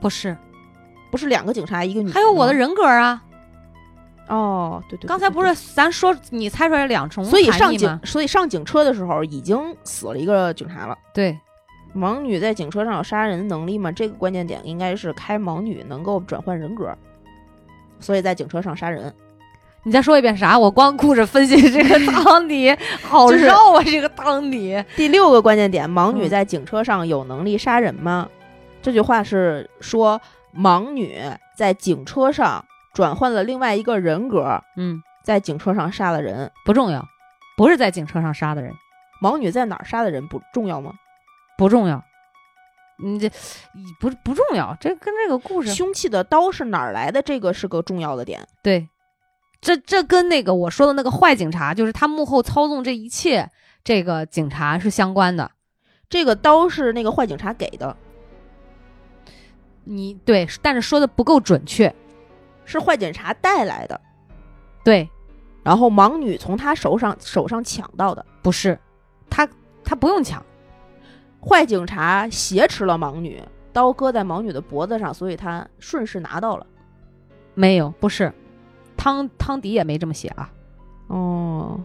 Speaker 4: 不是，
Speaker 3: 不是两个警察一个女。
Speaker 4: 还有我的人格啊！
Speaker 3: 哦，对对对
Speaker 4: 刚才不
Speaker 3: 对
Speaker 4: 是咱说你猜出来两重
Speaker 3: 对所以
Speaker 4: 含
Speaker 3: 上
Speaker 4: 义
Speaker 3: 警
Speaker 4: 吗？，
Speaker 3: 所以上警车的时候已经死了一个警察了。
Speaker 4: 对，
Speaker 3: 盲女在警车上有杀人能力吗？这个关键点应该是开盲女能够转换人格，所以在警车上杀人。
Speaker 4: 你再说一遍啥？我光顾着 分析这个汤底，好
Speaker 3: 就是
Speaker 4: 绕啊！这个汤底，
Speaker 3: 第六个关键点，盲
Speaker 4: 嗯
Speaker 3: 女在警车上有能力杀人吗？这句话是说盲女在警车上转换了另外一个人格，
Speaker 4: 嗯，
Speaker 3: 在警车上杀了人。
Speaker 4: 不重要，不是在警车上杀的人，
Speaker 3: 盲女在哪儿杀的人不重要吗？
Speaker 4: 不重要。你这你不不重要，这跟这个故事
Speaker 3: 凶器的刀是哪儿来的？这个是个重要的点。
Speaker 4: 对，这这跟那个我说的那个坏警察，就是他幕后操纵这一切，这个警察是相关的。
Speaker 3: 这个刀是那个坏警察给的，
Speaker 4: 你对，但是说的不够准确。
Speaker 3: 是坏警察带来的，
Speaker 4: 对，
Speaker 3: 然后盲女从他手上手上抢到的。
Speaker 4: 不是，他他不用抢，
Speaker 3: 坏警察挟持了盲女，刀搁在盲女的脖子上，所以他顺势拿到了。
Speaker 4: 没有，不是，汤汤底也没这么写啊。
Speaker 3: 哦，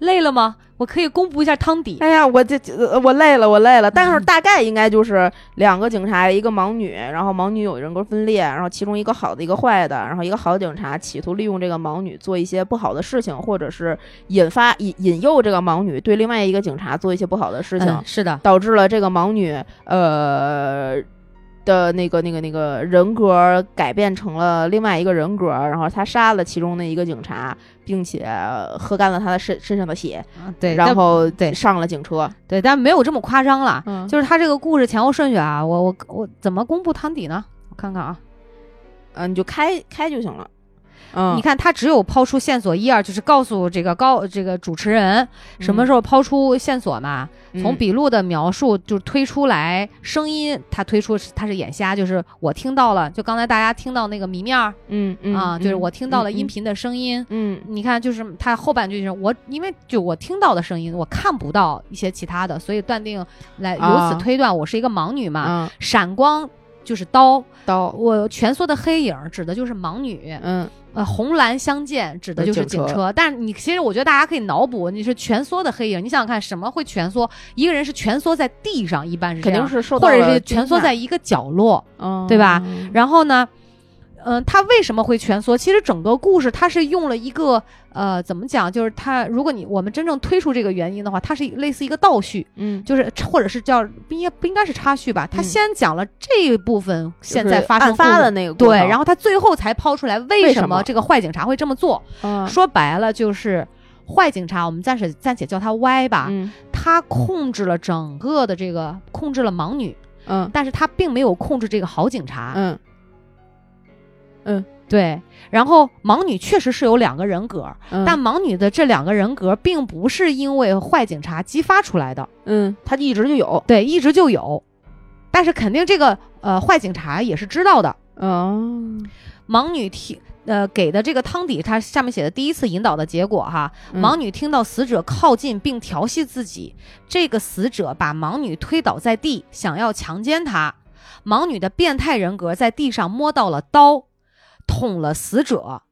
Speaker 4: 累了吗？我可以公布一下汤底。
Speaker 3: 哎呀，我这呃我累了，我累了。但是大概应该就是两个警察，一个盲女，然后盲女有人格分裂，然后其中一个好的，一个坏的，然后一个好警察企图利用这个盲女做一些不好的事情，或者是引发引引诱这个盲女对另外一个警察做一些不好的事情，
Speaker 4: 嗯，是的，
Speaker 3: 导致了这个盲女呃。的那个、那个、那个人格改变成了另外一个人格，然后她杀了其中的一个警察，并且呃喝干了他的身身上的血，
Speaker 4: 嗯对，
Speaker 3: 然
Speaker 4: 但
Speaker 3: 后
Speaker 4: 对
Speaker 3: 上了警车。
Speaker 4: 对，但没有这么夸张了。
Speaker 3: 嗯
Speaker 4: 就是他这个故事前后顺序啊，我我我怎么公布汤底呢？我看看啊，
Speaker 3: 嗯，你就开开就行了。嗯，
Speaker 4: 你看他只有抛出线索一二，就是告诉这个高这个主持人什么时候抛出线索嘛。
Speaker 3: 嗯
Speaker 4: 从笔录的描述就推出来声音，他推出是他是眼瞎，就是我听到了，就刚才大家听到那个谜面儿
Speaker 3: 嗯嗯
Speaker 4: 啊，就是我听到了音，频的声音。
Speaker 3: 嗯嗯
Speaker 4: 你看，就是他后半句就是我，因为就我听到的声音，我看不到一些其他的，所以断定来由
Speaker 3: 啊
Speaker 4: 此推断我是一个盲女嘛。
Speaker 3: 啊
Speaker 4: 闪光就是刀，
Speaker 3: 刀，
Speaker 4: 我蜷缩的黑影儿指的就是盲女，
Speaker 3: 嗯
Speaker 4: 呃，红蓝相间指的就是警
Speaker 3: 呃警
Speaker 4: 车。但是你其实我觉得大家可以脑补，你是蜷缩的黑影，你想想看，什么会蜷缩？一个人是蜷缩在地上，一般是这
Speaker 3: 肯
Speaker 4: 样
Speaker 3: 定，是受到
Speaker 4: 或
Speaker 3: 了
Speaker 4: 者是蜷缩在一个角落。
Speaker 3: 嗯
Speaker 4: 对吧然后呢，嗯、他为什么会蜷缩？其实整个故事他是用了一个呃，怎么讲？就是他，如果你我们真正推出这个原因的话，它是类似一个倒叙，
Speaker 3: 嗯，
Speaker 4: 就是或者是叫不应该不应该是插叙吧？他
Speaker 3: 嗯
Speaker 4: 先讲了这一部分现在发生
Speaker 3: 案发
Speaker 4: 故
Speaker 3: 的那个
Speaker 4: 对，然
Speaker 3: 后
Speaker 4: 后他最后才抛出来为
Speaker 3: 为
Speaker 4: 什
Speaker 3: 什
Speaker 4: 么
Speaker 3: 么嗯
Speaker 4: 这个坏警察会这么做。说白了就是坏警察，我们暂时暂且叫他 Y 吧，
Speaker 3: 嗯
Speaker 4: 他控制了整个的这个控制了盲女，
Speaker 3: 嗯
Speaker 4: 但是他并没有控制这个好警察。
Speaker 3: 嗯
Speaker 4: 对，然后盲女确实是有两个人格，
Speaker 3: 嗯，
Speaker 4: 但盲女的这两个人格并不是因为坏警察激发出来的，
Speaker 3: 嗯，他一直就有，
Speaker 4: 对，一直就有。但是肯定这个呃坏警察也是知道的，
Speaker 3: 嗯，
Speaker 4: 盲女听呃给的这个汤底，它下面写的第一次引导的结果哈，盲女听到死者靠近并调戏自己，这个死者把盲女推倒在地，想要强奸她。盲女的变态人格在地上摸到了刀，捅了死者。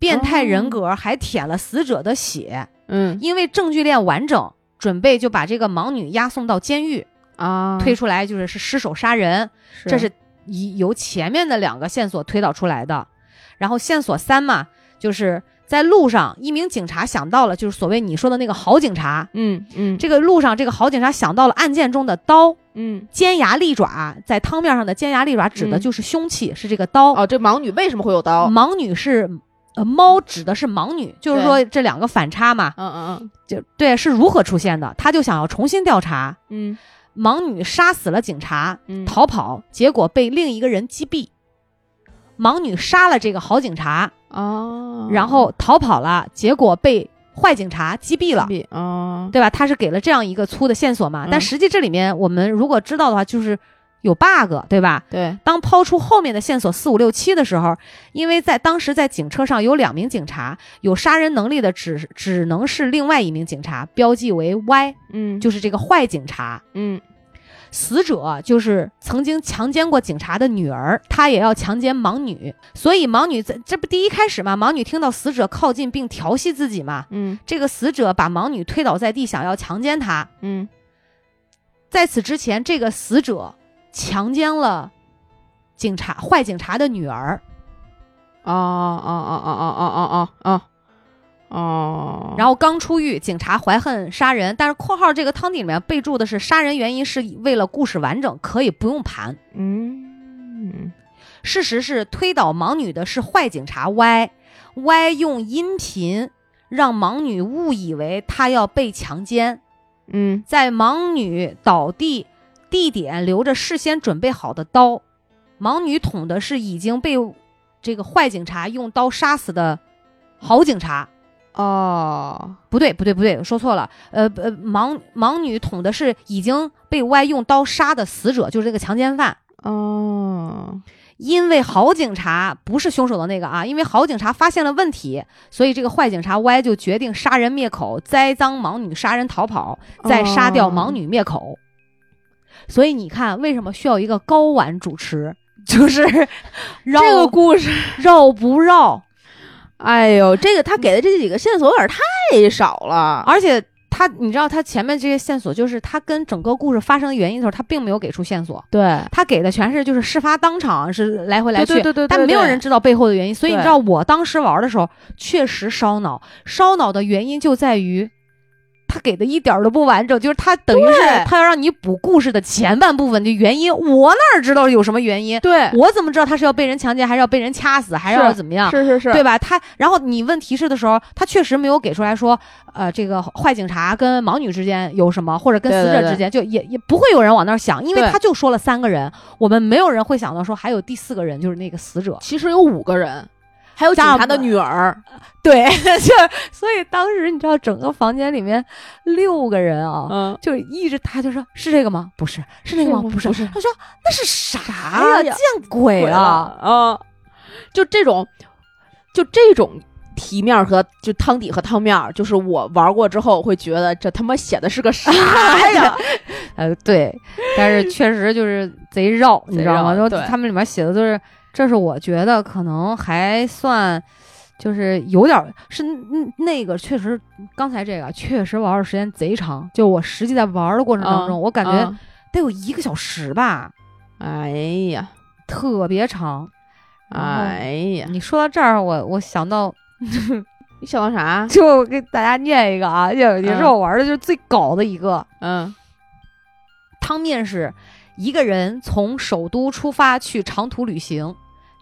Speaker 4: 变态人格还舔了死者的血，
Speaker 3: 嗯
Speaker 4: 因为证据链完整，准备就把这个盲女押送到监狱，
Speaker 3: 啊，
Speaker 4: 推出来就是是失手杀人，这是以由前面的两个线索推导出来的。然后线索三嘛，就是在路上，一名警察想到了，就是所谓你说的那个好警察。
Speaker 3: 嗯嗯
Speaker 4: 这个路上，这个好警察想到了案件中的刀，
Speaker 3: 嗯
Speaker 4: 尖牙利爪，在汤面上的尖牙利爪指的
Speaker 3: 嗯
Speaker 4: 就是凶器，是这个刀。
Speaker 3: 哦，这盲女为什么会有刀？
Speaker 4: 盲女是，呃，猫指的是盲女，就是
Speaker 3: 对
Speaker 4: 说这两个反差嘛，
Speaker 3: 嗯嗯
Speaker 4: 就对，是如何出现的？他就想要重新调查，
Speaker 3: 嗯
Speaker 4: 盲女杀死了警察，
Speaker 3: 嗯，
Speaker 4: 逃跑，结果被另一个人击毙。盲女杀了这个好警察，
Speaker 3: 啊，
Speaker 4: 然后逃跑了，结果被坏警察击毙了，
Speaker 3: 毙啊，
Speaker 4: 对吧？他是给了这样一个粗的线索嘛，
Speaker 3: 嗯
Speaker 4: 但实际这里面我们如果知道的话，就是有 bug，对吧？
Speaker 3: 对，
Speaker 4: 当抛出后面的线索四五六七的时候，因为在当时在警车上有两名警察，有杀人能力的只只能是另外一名警察，标记为 Y，
Speaker 3: 嗯
Speaker 4: 就是这个坏警察。
Speaker 3: 嗯
Speaker 4: 死者就是曾经强奸过警察的女儿，她也要强奸盲女，所以盲女在这不第一开始嘛，盲女听到死者靠近并调戏自己嘛，
Speaker 3: 嗯
Speaker 4: 这个死者把盲女推倒在地，想要强奸她。
Speaker 3: 嗯
Speaker 4: 在此之前，这个死者强奸了警察坏警察的女儿，
Speaker 3: 啊啊啊啊啊啊啊啊哦，
Speaker 4: 然后刚出狱，警察怀恨杀人，但是括号这个汤底里面备注的是杀人原因是为了故事完整，可以不用盘。
Speaker 3: 嗯
Speaker 4: 事实是，推倒盲女的是坏警察 Y。Y 用音频让盲女误以为她要被强奸，
Speaker 3: 嗯
Speaker 4: 在盲女倒地地点留着事先准备好的刀，盲女捅的是已经被这个坏警察用刀杀死的好警察。
Speaker 3: 哦，
Speaker 4: 不对，不对，不对，我说错了。呃呃，盲盲女捅的是已经被 Y 用刀杀的死者，就是这个强奸犯。
Speaker 3: 哦，
Speaker 4: 因为好警察不是凶手的那个啊，因为好警察发现了问题，所以这个坏警察 Y 就决定杀人灭口，栽赃盲女杀人逃跑，
Speaker 3: 哦
Speaker 4: 再杀掉盲女灭口。所以你看，为什么需要一个高玩主持？就是绕
Speaker 3: 这个故事，
Speaker 4: 绕不绕，
Speaker 3: 哎呦，这个他给的这几个线索有点太少了。
Speaker 4: 而且他你知道他前面这些线索，就是他跟整个故事发生的原因的时候，他并没有给出线索。
Speaker 3: 对，
Speaker 4: 他给的全是就是事发当场是来回来去，
Speaker 3: 对对对对对
Speaker 4: 但没有人知道背后的原因。所以你
Speaker 3: 对
Speaker 4: 知道我当时玩的时候确实烧脑，烧脑的原因就在于他给的一点儿都不完整，就是他等于是
Speaker 3: 对
Speaker 4: 他要让你补故事的前半部分的原因，我哪知道有什么原因？
Speaker 3: 对，
Speaker 4: 我怎么知道他是要被人强奸，还是要被人掐死，还是要怎么样？
Speaker 3: 是是是，
Speaker 4: 对吧？他，然后你问提示的时候，他确实没有给出来说，呃，这个坏警察跟盲女之间有什么，或者跟
Speaker 3: 对
Speaker 4: 死
Speaker 3: 对
Speaker 4: 者之间，就也也不会有人往那儿想，因为
Speaker 3: 对
Speaker 4: 他就说了 三个人，我们没有人会想到说还有第四个人，就是那个死者，
Speaker 3: 其实有五个人，还有警
Speaker 4: 大
Speaker 3: 察的
Speaker 4: 门
Speaker 3: 女儿，
Speaker 4: 对，就是所以当时你知道，整个房间里面六个人啊，
Speaker 3: 嗯，
Speaker 4: 就一直他就说是这个吗？不是，是那个吗？不是，他说那是啥
Speaker 3: 啥
Speaker 4: 呀？
Speaker 3: 哎呀
Speaker 4: 见鬼
Speaker 3: 鬼了
Speaker 4: 了！
Speaker 3: 啊！就这种，就这种题面儿和就汤底和汤面儿，就是我玩过之后会觉得这他妈写的是个啥呀？
Speaker 4: 呃，对，但 是确实就是贼绕，你知道吗？
Speaker 3: 贼
Speaker 4: 就
Speaker 3: 绕对
Speaker 4: 他们里面写的都是，这是我觉得可能还算。就是有点儿是那那个，确实刚才这个确实玩的时间贼长，就我实际在玩的过程当中，
Speaker 3: 嗯
Speaker 4: 我感觉
Speaker 3: 嗯
Speaker 4: 得有一个小时吧，
Speaker 3: 哎呀，
Speaker 4: 特别长。
Speaker 3: 哎呀，
Speaker 4: 你说到这儿，我我想到
Speaker 3: 你想到啥？
Speaker 4: 就给大家念一个啊，也也是我玩的就是最搞的一个、
Speaker 3: 嗯
Speaker 4: 汤面是一个人从首都出发去长途旅行，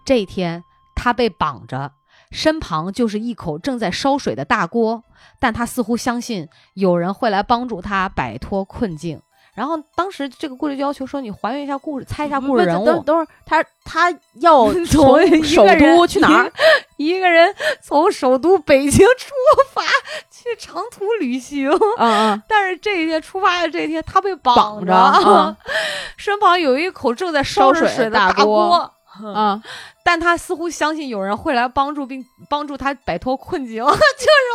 Speaker 4: 这一天他被绑着，身旁就是一口正在烧水的大锅，但他似乎相信有人会来帮助他摆脱困境。然后当时这个故事就要求说，你还原一下故事，猜一下故事人
Speaker 3: 不是
Speaker 4: 物
Speaker 3: 等。等会儿他他 要从
Speaker 4: 一个
Speaker 3: 首都
Speaker 4: 人
Speaker 3: 去哪 儿？
Speaker 4: 一个人从首都北京出发去长途旅行。
Speaker 3: 嗯嗯，
Speaker 4: 但是这一天出发的这一天，他被绑
Speaker 3: 绑着啊
Speaker 4: 身旁有一口正在烧着
Speaker 3: 烧水
Speaker 4: 水的
Speaker 3: 的大
Speaker 4: 锅，
Speaker 3: 锅
Speaker 4: 嗯
Speaker 3: 啊，
Speaker 4: 但他似乎相信有人会来帮助并帮助他摆脱困境。 就是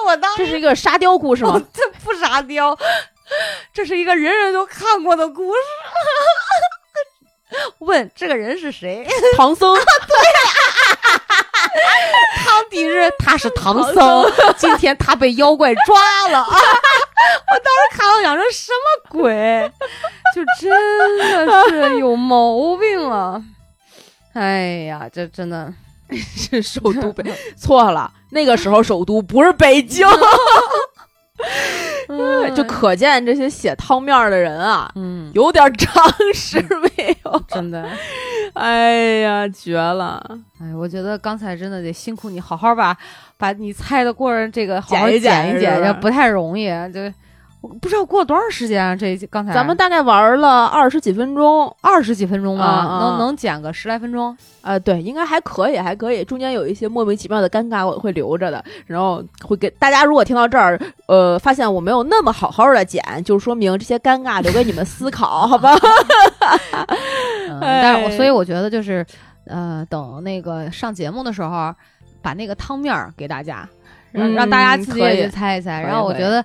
Speaker 4: 我当
Speaker 3: 这
Speaker 4: 时
Speaker 3: 是一个沙雕故事吗？
Speaker 4: 这不傻雕，这是一个人人都看过的故事。 问这个人是谁？
Speaker 3: 唐僧，
Speaker 4: 汤底是他是 唐
Speaker 3: 唐
Speaker 4: 僧，今天他被妖怪抓了。啊！ 我当时看到想说什么鬼，就真的是有毛病啊！哎呀，这真 的
Speaker 3: 是首都北， 错了，那个时候首都不是北京，
Speaker 4: 嗯
Speaker 3: 就可见这些写汤面儿的人啊，
Speaker 4: 嗯，
Speaker 3: 有点常识没有。
Speaker 4: 真的，
Speaker 3: 哎呀，绝了！
Speaker 4: 哎，我觉得刚才真的得辛苦你，好好把把你猜的过程这个好好
Speaker 3: 剪一剪
Speaker 4: 剪一
Speaker 3: 是
Speaker 4: 剪，
Speaker 3: 不
Speaker 4: 这
Speaker 3: 是
Speaker 4: 不太容易。就我不知道过了多长时间啊，这一集刚才
Speaker 3: 咱们大概玩了二十几分钟，
Speaker 4: 二十几分钟吧，
Speaker 3: 嗯嗯
Speaker 4: 能
Speaker 3: 嗯
Speaker 4: 能剪个十来分钟。
Speaker 3: 啊，对，应该还可以，还可以。中间有一些莫名其妙的尴尬，我会留着的。然后会给大家，如果听到这儿，呃，发现我没有那么好好的剪，就说明这些尴尬留给你们思考，好吧？
Speaker 4: 嗯，
Speaker 3: 哎
Speaker 4: 但是我所以我觉得就是，呃，等那个上节目的时候，把那个汤面儿给大家，让、
Speaker 3: 嗯
Speaker 4: 让大家自己
Speaker 3: 可
Speaker 4: 也
Speaker 3: 以
Speaker 4: 去猜一猜。
Speaker 3: 可以
Speaker 4: 然后我
Speaker 3: 可
Speaker 4: 觉
Speaker 3: 以
Speaker 4: 得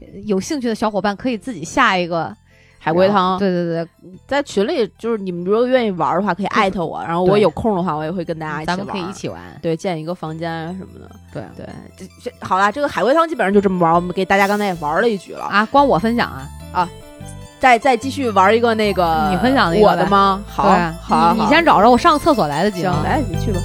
Speaker 4: 呃有兴趣的小伙伴可以自己下一个
Speaker 3: 海龟
Speaker 4: 然后
Speaker 3: 汤，
Speaker 4: 对对
Speaker 3: 在群里就是你们如果愿意玩的话，可以艾特我，然后我
Speaker 4: 对
Speaker 3: 有空的话，我也会跟大家
Speaker 4: 对，
Speaker 3: 一起
Speaker 4: 咱
Speaker 3: 玩。
Speaker 4: 们可以一起玩。
Speaker 3: 对建一个房间啊什么的。
Speaker 4: 对
Speaker 3: 对，这这好啦，这个海龟汤基本上就这么玩。我们给大家刚才也玩了一局了，
Speaker 4: 啊，光我分享啊，
Speaker 3: 再再继续玩一个那个
Speaker 4: 你分享的一个
Speaker 3: 我的
Speaker 4: 呗
Speaker 3: 吗？好，
Speaker 4: 对
Speaker 3: 好
Speaker 4: 啊，
Speaker 3: 好，
Speaker 4: 你你先找着，我上个厕所来得及
Speaker 3: 行
Speaker 4: 吗？，
Speaker 3: 来你去吧。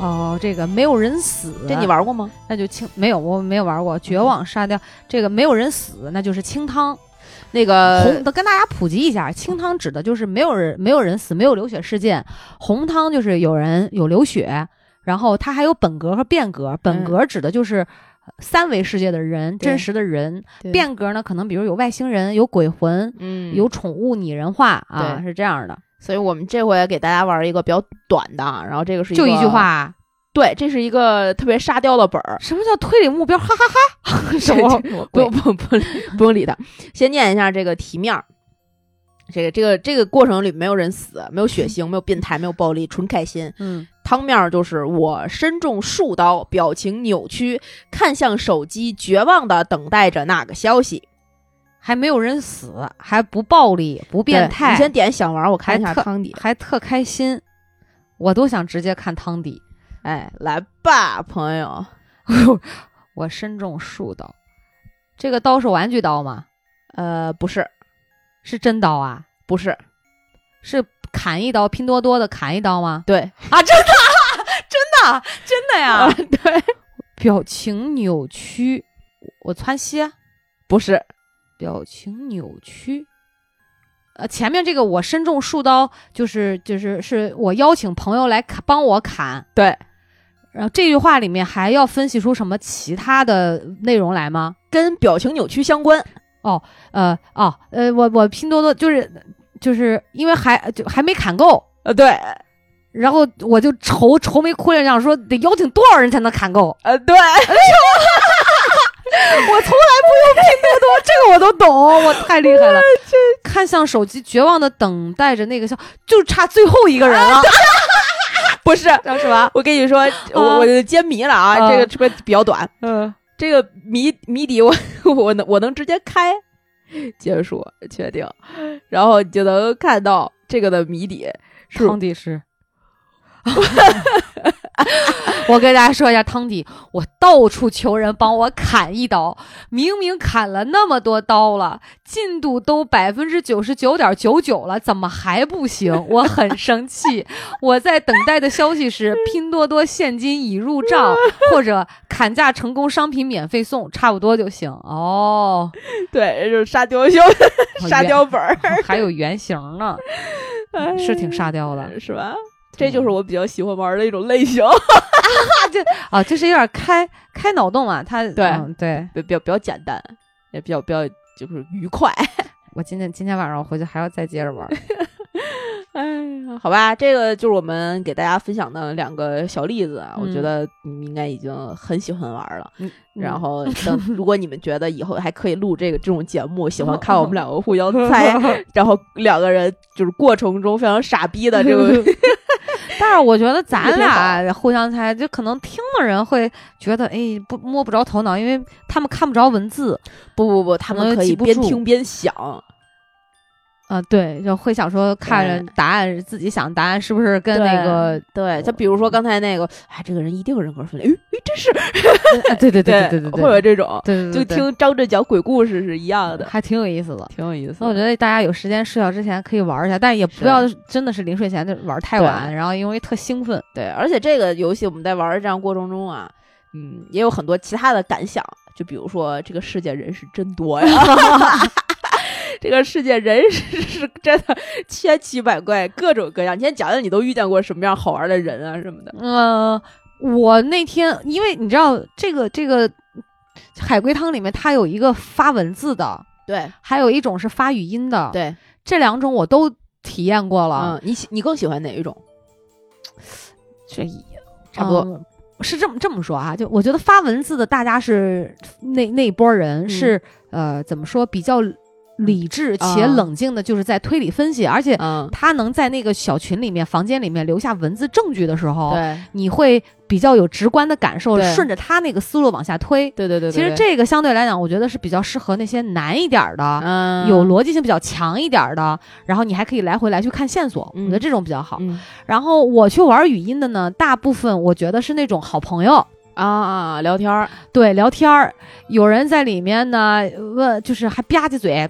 Speaker 4: 哦，这个没有人死，
Speaker 3: 这你玩过吗？
Speaker 4: 那就清没有，我没有玩过《绝望沙雕》。这个没有人死，那就是清汤。
Speaker 3: 那个
Speaker 4: 红的跟大家普及一下，清汤指的就是没有人没有人死，没有流血事件；红汤就是有人有流血，然后它还有本格和变格。本格指的就是三维世界的人，
Speaker 3: 嗯对
Speaker 4: 真实的人；
Speaker 3: 对
Speaker 4: 变格呢，可能比如有外星人、有鬼魂、
Speaker 3: 嗯
Speaker 4: 有，宠物拟人化啊，
Speaker 3: 对
Speaker 4: 是这样的。
Speaker 3: 所以我们这回给大家玩一个比较短的啊，然后这个是
Speaker 4: 就
Speaker 3: 一
Speaker 4: 一
Speaker 3: 个
Speaker 4: 句话，啊，。
Speaker 3: 对，这是一个特别沙雕的本儿
Speaker 4: 什么叫推理目标？哈哈哈什么
Speaker 3: 这
Speaker 4: 魔
Speaker 3: 不
Speaker 4: 鬼
Speaker 3: 用不用不用不用理他，先念一下这个题面儿。这个这个这个过程里没有人死，没有血腥，没有变态，没有暴力，纯开心。
Speaker 4: 嗯，
Speaker 3: 汤面儿就是我身中数刀，表情扭曲，看向手机，绝望的等待着那个消息。
Speaker 4: 还没有人死，还不暴力，不变
Speaker 3: 对
Speaker 4: 态
Speaker 3: 你，先点想玩，我看一下
Speaker 4: 还特
Speaker 3: 汤底。
Speaker 4: 还特开心，我都想直接看汤底。
Speaker 3: 哎，来吧，朋友。
Speaker 4: 我身中数刀，这个刀是玩具刀吗？
Speaker 3: 呃，不是，
Speaker 4: 是真刀啊？
Speaker 3: 不是，
Speaker 4: 是砍一刀，拼多多的砍一刀吗？
Speaker 3: 对，
Speaker 4: 啊，真的，真的，
Speaker 3: 啊
Speaker 4: 真的呀！
Speaker 3: 对，
Speaker 4: 表情扭曲，我窜稀，
Speaker 3: 不是，
Speaker 4: 表情扭曲。呃，前面这个我身中数刀，就是就是是我邀请朋友来砍帮我砍，
Speaker 3: 对，
Speaker 4: 然后这句话里面还要分析出什么其他的内容来吗？
Speaker 3: 跟表情扭曲相关。
Speaker 4: 呃哦呃，我我拼多多就是就是因为还就还没砍够，
Speaker 3: 呃，对，
Speaker 4: 然后我就愁愁眉苦脸，想说得邀请多少人才能砍够？
Speaker 3: 呃，对，
Speaker 4: 我从来不用拼多多，这个我都懂，我太厉害 了。看向手机，绝望的等待着那个笑，就差最后一个人了，
Speaker 3: 不是，
Speaker 4: 知道是吧？
Speaker 3: 我跟你说，我我揭谜了啊，
Speaker 4: 啊
Speaker 3: 这个这个比较短，
Speaker 4: 嗯，
Speaker 3: 这个谜谜底我我能我能直接开，结束确定，然后你就能看到这个的谜底是
Speaker 4: 汤底是。我跟大家说一下汤底，我到处求人帮我砍一刀，明明砍了那么多刀了，进度都百分之九十九点九九了，怎么还不行？我很生气。我在等待的消息是拼多多现金已入账，或者砍价成功，商品免费送，差不多就行。哦，
Speaker 3: 对，这就是沙雕熊 沙雕本儿，
Speaker 4: 还有原型呢，是挺沙雕的。
Speaker 3: 哎是吧？这就是我比较喜欢玩的一种类型，
Speaker 4: 啊，就是有点开开脑洞啊，他
Speaker 3: 对
Speaker 4: 嗯对
Speaker 3: 比比较比较简单，也比较比较就是愉快。
Speaker 4: 我今天今天晚上我回去还要再接着玩儿。
Speaker 3: 哎呀，好吧，这个就是我们给大家分享的两个小例子，啊，我觉
Speaker 4: 嗯
Speaker 3: 得你们应该已经很喜欢玩了。然
Speaker 4: 嗯
Speaker 3: 后等，如果你们觉得以后还可以录这个这种节目，喜 欢看我们两个互相 猜，然后两个人就是过程中非常傻逼 的这个
Speaker 4: 但是我觉得咱
Speaker 3: 也挺好
Speaker 4: 俩互相猜，就可能听的人会觉得哎不摸不着头脑，因为他们看不着文字
Speaker 3: 不不不，他们
Speaker 4: 能
Speaker 3: 可以
Speaker 4: 记不
Speaker 3: 边
Speaker 4: 住
Speaker 3: 听边想，
Speaker 4: 啊、对，就会想说看着答案自己想答案是不是跟那个嗯
Speaker 3: 对，就比如说刚才那个，哎，这个人一定人格分裂，哎哎，真是
Speaker 4: 啊对对对对对
Speaker 3: 会有
Speaker 4: 对
Speaker 3: 这种，
Speaker 4: 对，对
Speaker 3: 就
Speaker 4: 对
Speaker 3: 听张震讲鬼故事是一样的，
Speaker 4: 还挺有意思的。
Speaker 3: 挺有意思
Speaker 4: 那我觉得大家有时间睡觉之前可以玩一下，但也
Speaker 3: 是
Speaker 4: 不要真的是临睡前就玩太
Speaker 3: 对
Speaker 4: 晚，然后因为特兴奋。
Speaker 3: 对，而且这个游戏我们在玩儿的这样过程中啊，嗯，也有很多其他的感想，就比如说这个世界人是真多 呀，这个世界人是是真的千奇百怪，各种各样。你先讲讲你都遇见过什么样好玩的人啊什么的。
Speaker 4: 嗯，我那天因为你知道这个这个海龟汤里面它有一个发文字的，
Speaker 3: 对
Speaker 4: 还有一种是发语音的，
Speaker 3: 对，
Speaker 4: 这两种我都体验过了，
Speaker 3: 嗯，你喜你更喜欢哪一 种？
Speaker 4: 这也
Speaker 3: 差不多
Speaker 4: 嗯是这么这么说啊，就我觉得发文字的大家是那那一波人
Speaker 3: 嗯
Speaker 4: 是、呃怎么说比较理智且
Speaker 3: 啊
Speaker 4: 冷静的，就是在推理分析，而且
Speaker 3: 嗯，
Speaker 4: 他能在那个小群里面、房间里面留下文字证据的时候，
Speaker 3: 对
Speaker 4: 你会比较有直观的感受，
Speaker 3: 对
Speaker 4: 顺着他那个思路往下推。
Speaker 3: 对对对
Speaker 4: 其实这个相对来讲，我觉得是比较适合那些难一点儿的、
Speaker 3: 嗯
Speaker 4: 有逻辑性比较强一点儿的，然后你还可以来回来去看线索，
Speaker 3: 嗯
Speaker 4: 我觉得这种比较好。
Speaker 3: 嗯
Speaker 4: 然后我去玩语音的呢，大部分我觉得是那种好朋友。
Speaker 3: 啊 啊聊天儿
Speaker 4: 对，聊天儿，有人在里面呢，问就是还吧唧嘴，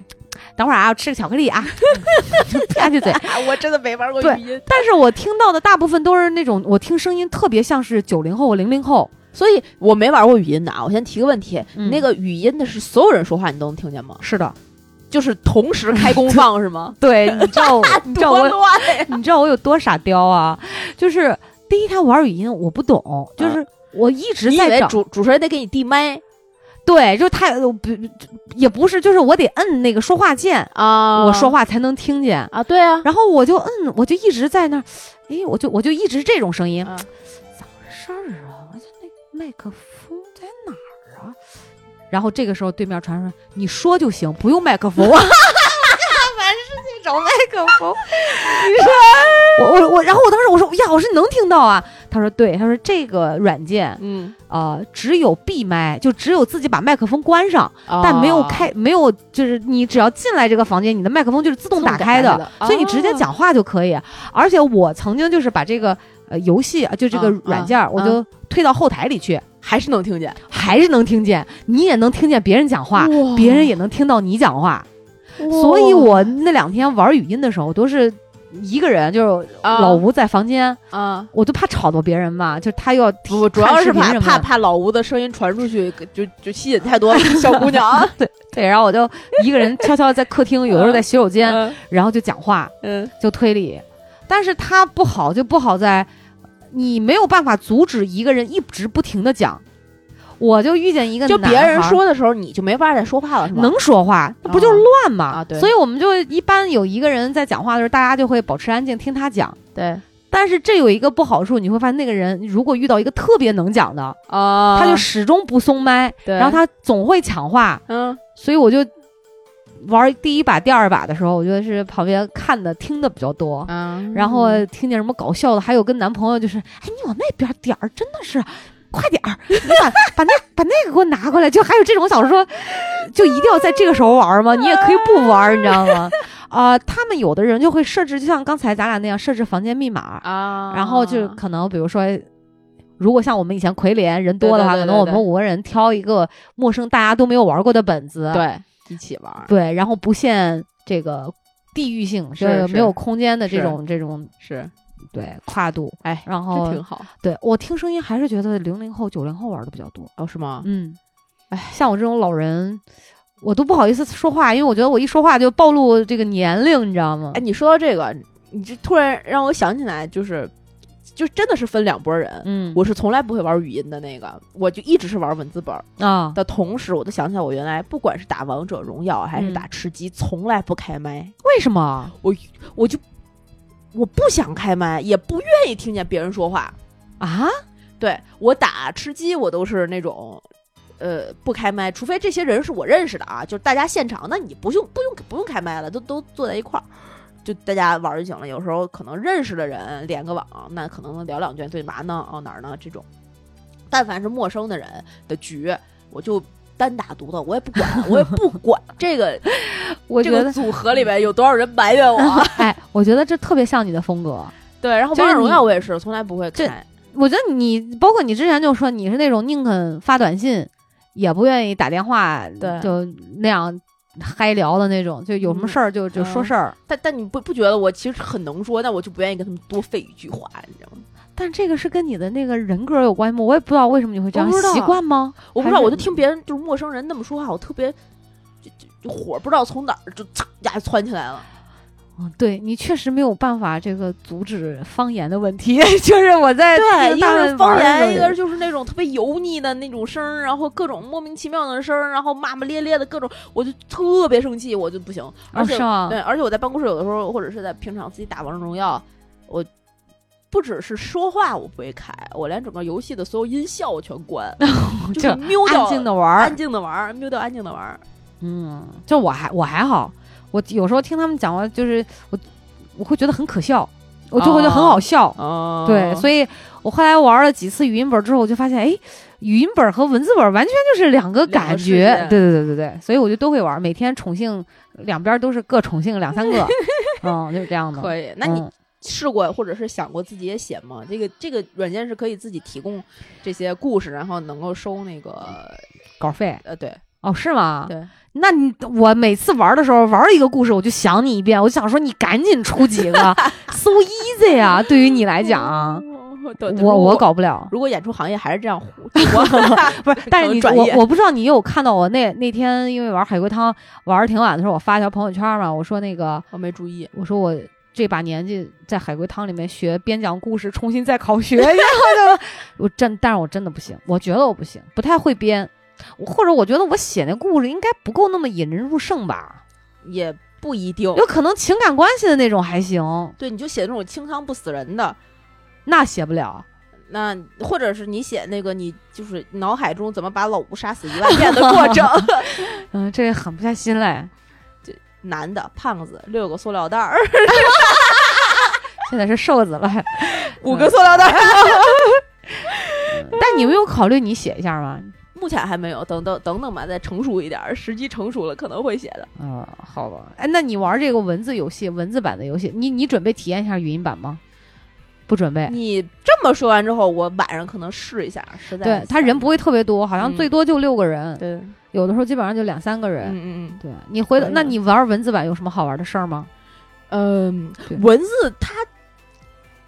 Speaker 4: 等会儿啊，吃个巧克力啊， 吧唧嘴。
Speaker 3: 啊，我真的没玩过
Speaker 4: 对
Speaker 3: 语音，
Speaker 4: 但是我听到的大部分都是那种，我听声音特别像是九零后、零零后，
Speaker 3: 所以我没玩过语音的啊。我先提个问题，
Speaker 4: 嗯
Speaker 3: 你那个语音的是所有人说话你都能听见吗？
Speaker 4: 是的，
Speaker 3: 就是同时开功放 是吗？
Speaker 4: 对，你知 道我，你知道我
Speaker 3: 多
Speaker 4: 有，
Speaker 3: 乱 呀！
Speaker 4: 你知道我有多傻雕啊？就是第一，他玩语音我不懂，就是我一直
Speaker 3: 啊你以
Speaker 4: 在
Speaker 3: 为
Speaker 4: 找，
Speaker 3: 主主持人得给你递麦
Speaker 4: 对，就是他呃不也不是，就是我得摁那个说话键，
Speaker 3: 啊
Speaker 4: 我说话才能听见。
Speaker 3: 啊，对啊，
Speaker 4: 然后我就摁，我就一直在那儿，哎，我就我就一直这种声音，
Speaker 3: 啊
Speaker 4: 咋回事儿啊？我这那麦克风在哪儿啊？然后这个时候对面传出来，你说就行，不用麦克 风。啊
Speaker 2: 找麦克 风，
Speaker 4: 我我我，然后我当时我说呀，我说能听到啊。他说对，他说这个软件
Speaker 3: 嗯，
Speaker 4: 呃只有闭麦，就只有自己把麦克风关上，哦但没有开，没有就是你只要进来这个房间，你的麦克风就是自动打开的，，
Speaker 3: 哦
Speaker 4: 所以你直接讲话就可以。而且我曾经就是把这个呃游戏啊，就这个
Speaker 3: 嗯
Speaker 4: 软件儿，我
Speaker 3: 嗯
Speaker 4: 就推到后台里去，
Speaker 3: 还是能听见
Speaker 4: 还是能听见，你也能听见别人讲话，别人也能听到你讲话。所以我那两天玩语音的时候，都是一个人，就是
Speaker 3: 啊
Speaker 4: 老吴在房间，
Speaker 3: 啊，
Speaker 4: 我就怕吵到别人嘛，就是他又要
Speaker 3: 不不，主要
Speaker 4: 看
Speaker 3: 是
Speaker 4: 视频
Speaker 3: 怕
Speaker 4: 什么
Speaker 3: 怕
Speaker 4: 的
Speaker 3: 怕老吴的声音传出去，就就吸引太多小姑 娘啊。
Speaker 4: 对，然后我就一个人悄悄地在客厅，有的时候在洗手间，
Speaker 3: 嗯
Speaker 4: 然后就讲话，
Speaker 3: 嗯
Speaker 4: 就推理，但是他不好就不好在，你没有办法阻止一个人一直不停的讲。我就遇见一个
Speaker 3: 就别
Speaker 4: 男
Speaker 3: 人
Speaker 4: 孩儿嗯
Speaker 3: 说的时候，你就没法再说话了，是吗？
Speaker 4: 能说话，那不就是
Speaker 3: 哦
Speaker 4: 乱吗？
Speaker 3: 啊对
Speaker 4: 所以我们就一般有一个人在讲话的时候，大家就会保持安静听他讲。
Speaker 3: 对
Speaker 4: 但是这有一个不好处，你会发现那个人如果遇到一个特别能讲的，
Speaker 3: 啊，
Speaker 4: 他就始终不松麦，
Speaker 3: 对，
Speaker 4: 然后他总会抢话，
Speaker 3: 嗯
Speaker 4: 所以我就玩第一把、第二把的时候，我觉得是旁边看的、听的比较多。
Speaker 3: 嗯
Speaker 4: 然后听见什么搞笑的，还有跟男朋友就是，哎，你往那边点儿，真的是，快点儿，你把把那把那个给我拿过来，就还有这种想说，就一定要在这个时候玩吗？你也可以不玩，你知道吗？ 啊、他们有的人就会设置，就像刚才咱俩那样设置房间密码，
Speaker 3: 啊，
Speaker 4: 然后就可能比如说。如果像我们以前魁联人多的话，
Speaker 3: 对对对
Speaker 4: 可能我
Speaker 3: 对
Speaker 4: 们五个人挑一个陌生大家都没有玩过的本子，
Speaker 3: 对一起玩儿
Speaker 4: 对，然后不限这个地域性，
Speaker 3: 是
Speaker 4: 就是
Speaker 3: 是
Speaker 4: 没有空间的这
Speaker 3: 是
Speaker 4: 种这种
Speaker 3: 是，
Speaker 4: 对跨度，
Speaker 3: 哎，
Speaker 4: 然
Speaker 3: 这
Speaker 4: 后
Speaker 3: 挺好
Speaker 4: 对我听声音还是觉得零零后、九零后玩的比较多。
Speaker 3: 哦，是吗？
Speaker 4: 嗯，哎，像我这种老人，我都不好意思说话，因为我觉得我一说话就暴露这个年龄，你知道吗
Speaker 3: 哎，？你说到这个，你这突然让我想起来，就是就真的是分两拨人。
Speaker 4: 嗯，
Speaker 3: 我是从来不会玩语音的那个，我就一直是玩文字本儿
Speaker 4: 啊，
Speaker 3: 的同时，我都想起来我原来不管是打王者荣耀啊还是
Speaker 4: 嗯
Speaker 3: 打吃鸡，从来不开麦，
Speaker 4: 为什么？
Speaker 3: 我就我不想开麦，也不愿意听见别人说话。
Speaker 4: 啊，
Speaker 3: 对我打吃鸡，我都是那种。呃，不开麦，除非这些人是我认识的啊，就是大家现场，那你不用不用不用开麦了，都都坐在一块儿，就大家玩儿就行了。有时候可能认识的人连个网，那可能聊两句，对嘛呢？哦哪儿呢？这种，但凡是陌生的人的局，我就单打独斗，我也不管，我也不管这个
Speaker 4: 我
Speaker 3: 这
Speaker 4: 觉
Speaker 3: 个
Speaker 4: 得，
Speaker 3: 组合里边有多少人埋怨我。啊
Speaker 4: 哎，我觉得这特别像你的风格。
Speaker 3: 对，然后
Speaker 4: 就
Speaker 3: 王
Speaker 4: 是
Speaker 3: 者荣
Speaker 4: 你
Speaker 3: 耀我也是从来不会
Speaker 4: 这
Speaker 3: 开，
Speaker 4: 我觉得你，包括你之前就说你是那种宁肯发短信，也不愿意打电话，
Speaker 3: 对
Speaker 4: 就那样嗨聊的那种，就有什么
Speaker 3: 嗯
Speaker 4: 事儿就、就说事儿。
Speaker 3: 但但你不不觉得我其实很能说，但我就不愿意跟他们多费一句话，你知道吗？
Speaker 4: 但这个是跟你的那个人格有关系吗？我也不知道为什么你会这样
Speaker 3: 我不知道
Speaker 4: 习惯吗？
Speaker 3: 我不知道，
Speaker 4: 还是
Speaker 3: 我就听别人就是陌生人那么说话，我特别就就就火不知道从哪儿就噌呀窜起来了。
Speaker 4: 嗯，对你确实没有办法这个阻止方言的问题， 就是我在
Speaker 3: 对，一
Speaker 4: 大
Speaker 3: 个是
Speaker 4: 人
Speaker 3: 方
Speaker 4: 玩的时候
Speaker 3: 言，一个
Speaker 4: 也
Speaker 3: 就是那种特别油腻的那种声儿，然后各种莫名其妙的声儿，然后骂骂咧咧的各种，我就特别生气，我就不行。而
Speaker 4: 哦
Speaker 3: 且、
Speaker 4: 是吗
Speaker 3: 对，而且我在办公室有的时候，或者是在平常自己打王者荣耀，我不只是说话我不会开，我连整个游戏的所有音效我全关，就是
Speaker 4: 就
Speaker 3: 瞄掉
Speaker 4: 安静的玩儿
Speaker 3: 安。静的玩儿，瞄掉安静的玩儿。
Speaker 4: 嗯，就我还我还好，我有时候听他们讲话，就是我我会觉得很可笑，我就会觉得很好笑。
Speaker 3: 哦
Speaker 4: 对，所以我后来玩了几次语音本之后，我就发现，哎，语音本和文字本完全就是两个
Speaker 3: 两
Speaker 4: 感
Speaker 3: 个世
Speaker 4: 觉
Speaker 3: 界。
Speaker 4: 对对对对对，所以我就都会玩，每天宠幸两边都是各宠幸两三 个，嗯，就是这样的。
Speaker 3: 可以，那你
Speaker 4: 嗯
Speaker 3: 试过或者是想过自己也写吗？这个这个软件是可以自己提供这些故事，然后能够收那个
Speaker 4: 稿费
Speaker 3: 呃，对
Speaker 4: 哦，是吗？
Speaker 3: 对，
Speaker 4: 那你我每次玩的时候玩一个故事，我就想你一遍，我就想说你赶紧出几 个，so easy 啊！对于你来讲，
Speaker 3: 哦，对对
Speaker 4: 啊我
Speaker 3: 如
Speaker 4: 我
Speaker 3: 果
Speaker 4: 搞不了。
Speaker 3: 如果演出行业还是这样糊，我
Speaker 4: 不是，但是你
Speaker 3: 转
Speaker 4: 我
Speaker 3: 业
Speaker 4: 我不知道你有看到我那那天因为玩海龟汤玩的挺晚的时候，我发一条朋友圈嘛，我说那个
Speaker 3: 我没注意，
Speaker 4: 我说我这把年纪在海龟汤里面学编讲故事，重新再考学， 然后就 我真，但是我真的不行，我觉得我不行，不太会编，我或者我觉得我写那故事应该不够那么引人入胜吧，
Speaker 3: 也不一定。
Speaker 4: 有可能情感关系的那种还行，
Speaker 3: 对，你就写那种清汤不死人的，
Speaker 4: 那写不了。
Speaker 3: 那或者是你写那个你就是脑海中怎么把老吴杀死一万遍的过 程。
Speaker 4: 嗯，这狠不下心来。
Speaker 3: 男的胖子，六个塑料袋儿，
Speaker 4: 现在是瘦子了， 嗯
Speaker 3: 五个塑料袋儿。
Speaker 4: 但 你没有考虑你写一下吗？
Speaker 3: 目前还没有，等等等等吧，再成熟一点儿，时机成熟了可能会写的。
Speaker 4: 啊、好吧。哎，那你玩这个文字游戏、文字版的游戏，你你准备体验一下语音版吗？不准备。
Speaker 3: 你这么说完之后，我晚上可能试一下，实在
Speaker 4: 对他人不会特别多，好像
Speaker 3: 嗯
Speaker 4: 最多就六个人，
Speaker 3: 对，嗯
Speaker 4: 有的时候基本上就两三个人。
Speaker 3: 嗯嗯，
Speaker 4: 对你回头，
Speaker 3: 可以
Speaker 4: 那
Speaker 3: 的
Speaker 4: 你玩文字版有什么好玩的事儿吗？
Speaker 3: 嗯嗯
Speaker 4: 对，
Speaker 3: 文字它，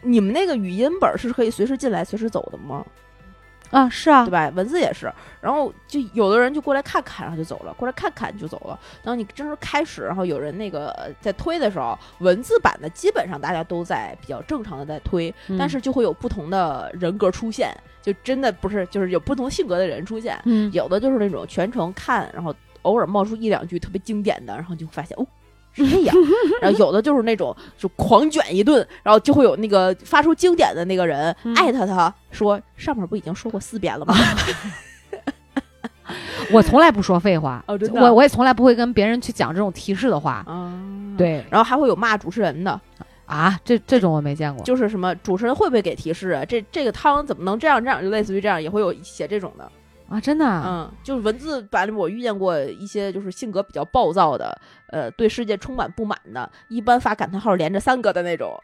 Speaker 3: 你们那个语音本儿是可以随时进来、随时走的吗？
Speaker 4: 啊，是啊
Speaker 3: 对，吧？文字也是，然后就有的人就过来看看，然后就走了，过来看看就走了。然后你真是开始，然后有人那个呃在推的时候，文字版的基本上大家都在比较正常的在推，但
Speaker 4: 嗯
Speaker 3: 是就会有不同的人格出现，就真的不是就是有不同性格的人出现，
Speaker 4: 嗯，
Speaker 3: 有的就是那种全程看，然后偶尔冒出一两句特别经典的，然后你就发现哦。是这样，然后有的就是那种就狂卷一顿，然后就会有那个发出经典的那个人
Speaker 4: 嗯
Speaker 3: 艾特他说上面不已经说过四遍了吗？
Speaker 4: 我从来不说废话，
Speaker 3: 哦真的
Speaker 4: 我我也从来不会跟别人去讲这种提示的话。
Speaker 3: 啊，，
Speaker 4: 对
Speaker 3: 然后还会有骂主持人的，
Speaker 4: 啊，这这种我没见过。
Speaker 3: 就是什么主持人会不会给提示啊？这这个汤怎么能这样这样？就类似于这样，也会有写这种的。
Speaker 4: 啊，真的啊，
Speaker 3: 嗯，就是文字版，我遇见过一些就是性格比较暴躁的，呃，对世界充满不满的，一般发感叹号连着三个的那种。嗯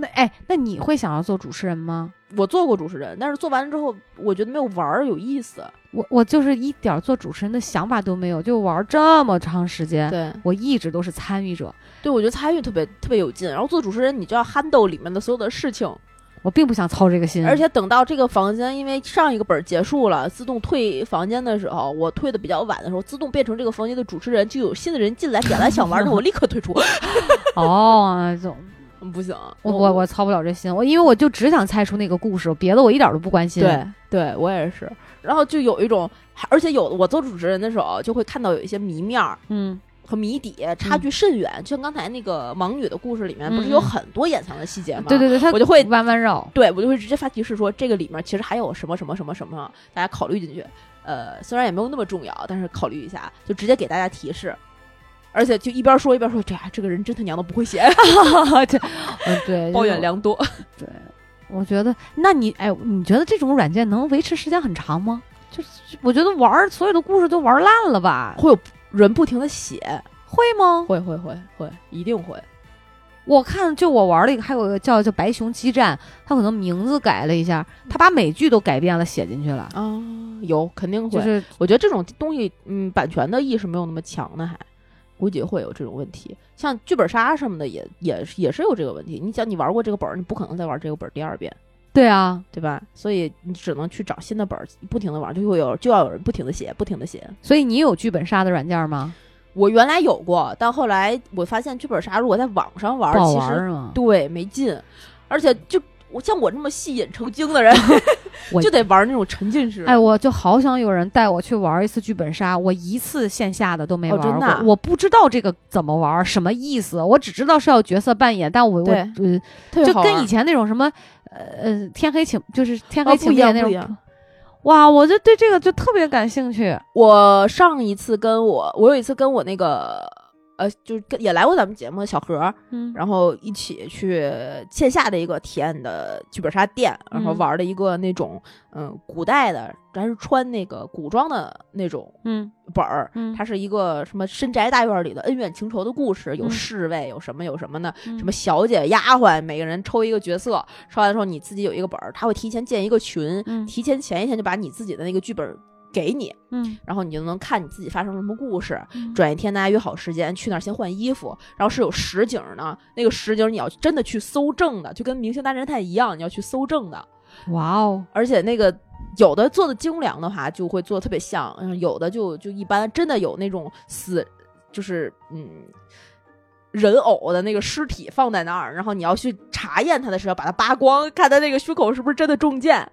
Speaker 4: 那哎，那你会想要做主持人吗？
Speaker 3: 我做过主持人，但是做完了之后，我觉得没有玩儿有意思。
Speaker 4: 我我就是一点儿做主持人的想法都没有，就玩儿这么长时间，
Speaker 3: 对，
Speaker 4: 我一直都是参与者，
Speaker 3: 对我觉得参与特别特别有劲。然后做主持人，你就要 handle 里面的所有的事情，
Speaker 4: 我并不想操这个心。
Speaker 3: 而且等到这个房间，因为上一个本儿结束了，自动退房间的时候，我退的比较晚的时候，自动变成这个房间的主持人，就有新的人进来，点来想玩的，我立刻退出。
Speaker 4: 哦，总
Speaker 3: 嗯不行，
Speaker 4: 我我我操不了这心，我因为我就只想猜出那个故事，别的我一点儿都不关心。
Speaker 3: 对，对我也是。然后就有一种，而且有我做主持人的时候，就会看到有一些谜面儿
Speaker 4: 嗯
Speaker 3: 和谜底差距甚远，就像刚才那个盲女的故事里面，不是
Speaker 4: 嗯
Speaker 3: 有
Speaker 4: 嗯
Speaker 3: 很多掩藏的细节吗？
Speaker 4: 对对对，他
Speaker 3: 我就会
Speaker 4: 弯弯 绕。
Speaker 3: 对我就会直接发提示说，这个里面其实还有什么什么什么什么，大家考虑进去。呃，虽然也没有那么重要，但是考虑一下，就直接给大家提示。而且就一边说一边说，这啊呀，这个人真他娘的不会 写，
Speaker 4: 对，
Speaker 3: 哎
Speaker 4: 嗯对，
Speaker 3: 抱怨
Speaker 4: 量。
Speaker 3: 良多。
Speaker 4: 我觉得，那你哎，你觉得这种软件能维持时间很长吗？就是我觉得玩儿所有的故事都玩烂了吧？
Speaker 3: 会有人不停的写，
Speaker 4: 会吗？
Speaker 3: 会会会会，一定会。
Speaker 4: 我看就我玩了一个，还有一个叫叫《白熊激战》，它可能名字改了一下，它把美剧都改变了，写进去了，
Speaker 3: 啊，有肯定会。
Speaker 4: 就是
Speaker 3: 我觉得这种东西，嗯，版权的意识没有那么强呢，还估计会有这种问题。像剧本杀什么的也，也是也是有这个问题。你想，你玩过这个本儿，你不可能再玩这个本儿第二遍，
Speaker 4: 对啊，
Speaker 3: 对吧？所以你只能去找新的本儿，不停的玩，就会有就要有人不停的写，不停的写。
Speaker 4: 所以你有剧本杀的软件吗？
Speaker 3: 我原来有过，但后来我发现剧本杀如果在网上玩，
Speaker 4: 不好
Speaker 3: 其
Speaker 4: 玩
Speaker 3: 实
Speaker 4: 儿吗？
Speaker 3: 对没劲，而且就我像我这么细饮成精的 人
Speaker 4: 我，
Speaker 3: 就得玩那种沉浸式。
Speaker 4: 哎，我就好想有人带我去玩一次剧本杀，我一次线下的都没
Speaker 3: 哦
Speaker 4: 玩过，
Speaker 3: 真的啊
Speaker 4: 我不知道这个怎么玩，什么意思，我只知道是要角色扮演，但我我
Speaker 3: 对
Speaker 4: 呃
Speaker 3: 特别
Speaker 4: 就
Speaker 3: 好玩
Speaker 4: 跟以前那种什么，呃呃，天黑请就是天黑
Speaker 3: 哦不
Speaker 4: 请
Speaker 3: 一
Speaker 4: 闭眼
Speaker 3: 样
Speaker 4: 那
Speaker 3: 不一
Speaker 4: 种。
Speaker 3: 样。
Speaker 4: 哇，我就对这个就特别感兴趣。
Speaker 3: 我上一次跟我，我有一次跟我那个，呃，就是跟也来过咱们节目的小何，
Speaker 4: 嗯
Speaker 3: 然后一起去线下的一个体验的剧本杀店，然后
Speaker 4: 嗯
Speaker 3: 玩了一个那种，嗯、古代的，咱是穿那个古装的那种
Speaker 4: 嗯
Speaker 3: 本儿。
Speaker 4: 嗯，
Speaker 3: 它是一个什么深宅大院里的恩怨情仇的故事，有
Speaker 4: 嗯
Speaker 3: 侍卫，有什么有什么呢？
Speaker 4: 嗯
Speaker 3: 什么小姐、丫鬟，每个人抽一个角色，抽完之后你自己有一个本儿，他会提前建一个群，
Speaker 4: 嗯
Speaker 3: 提前前一天就把你自己的那个剧本给你，
Speaker 4: 嗯
Speaker 3: 然后你就能看你自己发生了什么故事。
Speaker 4: 嗯
Speaker 3: 转一天，大家约好时间去那儿先换衣服，然后是有实景儿呢。那个实景儿你要真的去搜证的，就跟《明星大侦探》一样，你要去搜证的。
Speaker 4: 哇哦，
Speaker 3: 而且那个有的做的精良的话，就会做的特别像；嗯有的就就一般。真的有那种死，就是嗯，人偶的那个尸体放在那儿，然后你要去查验它的时候，把它扒光，看它那个胸口是不是真的中箭。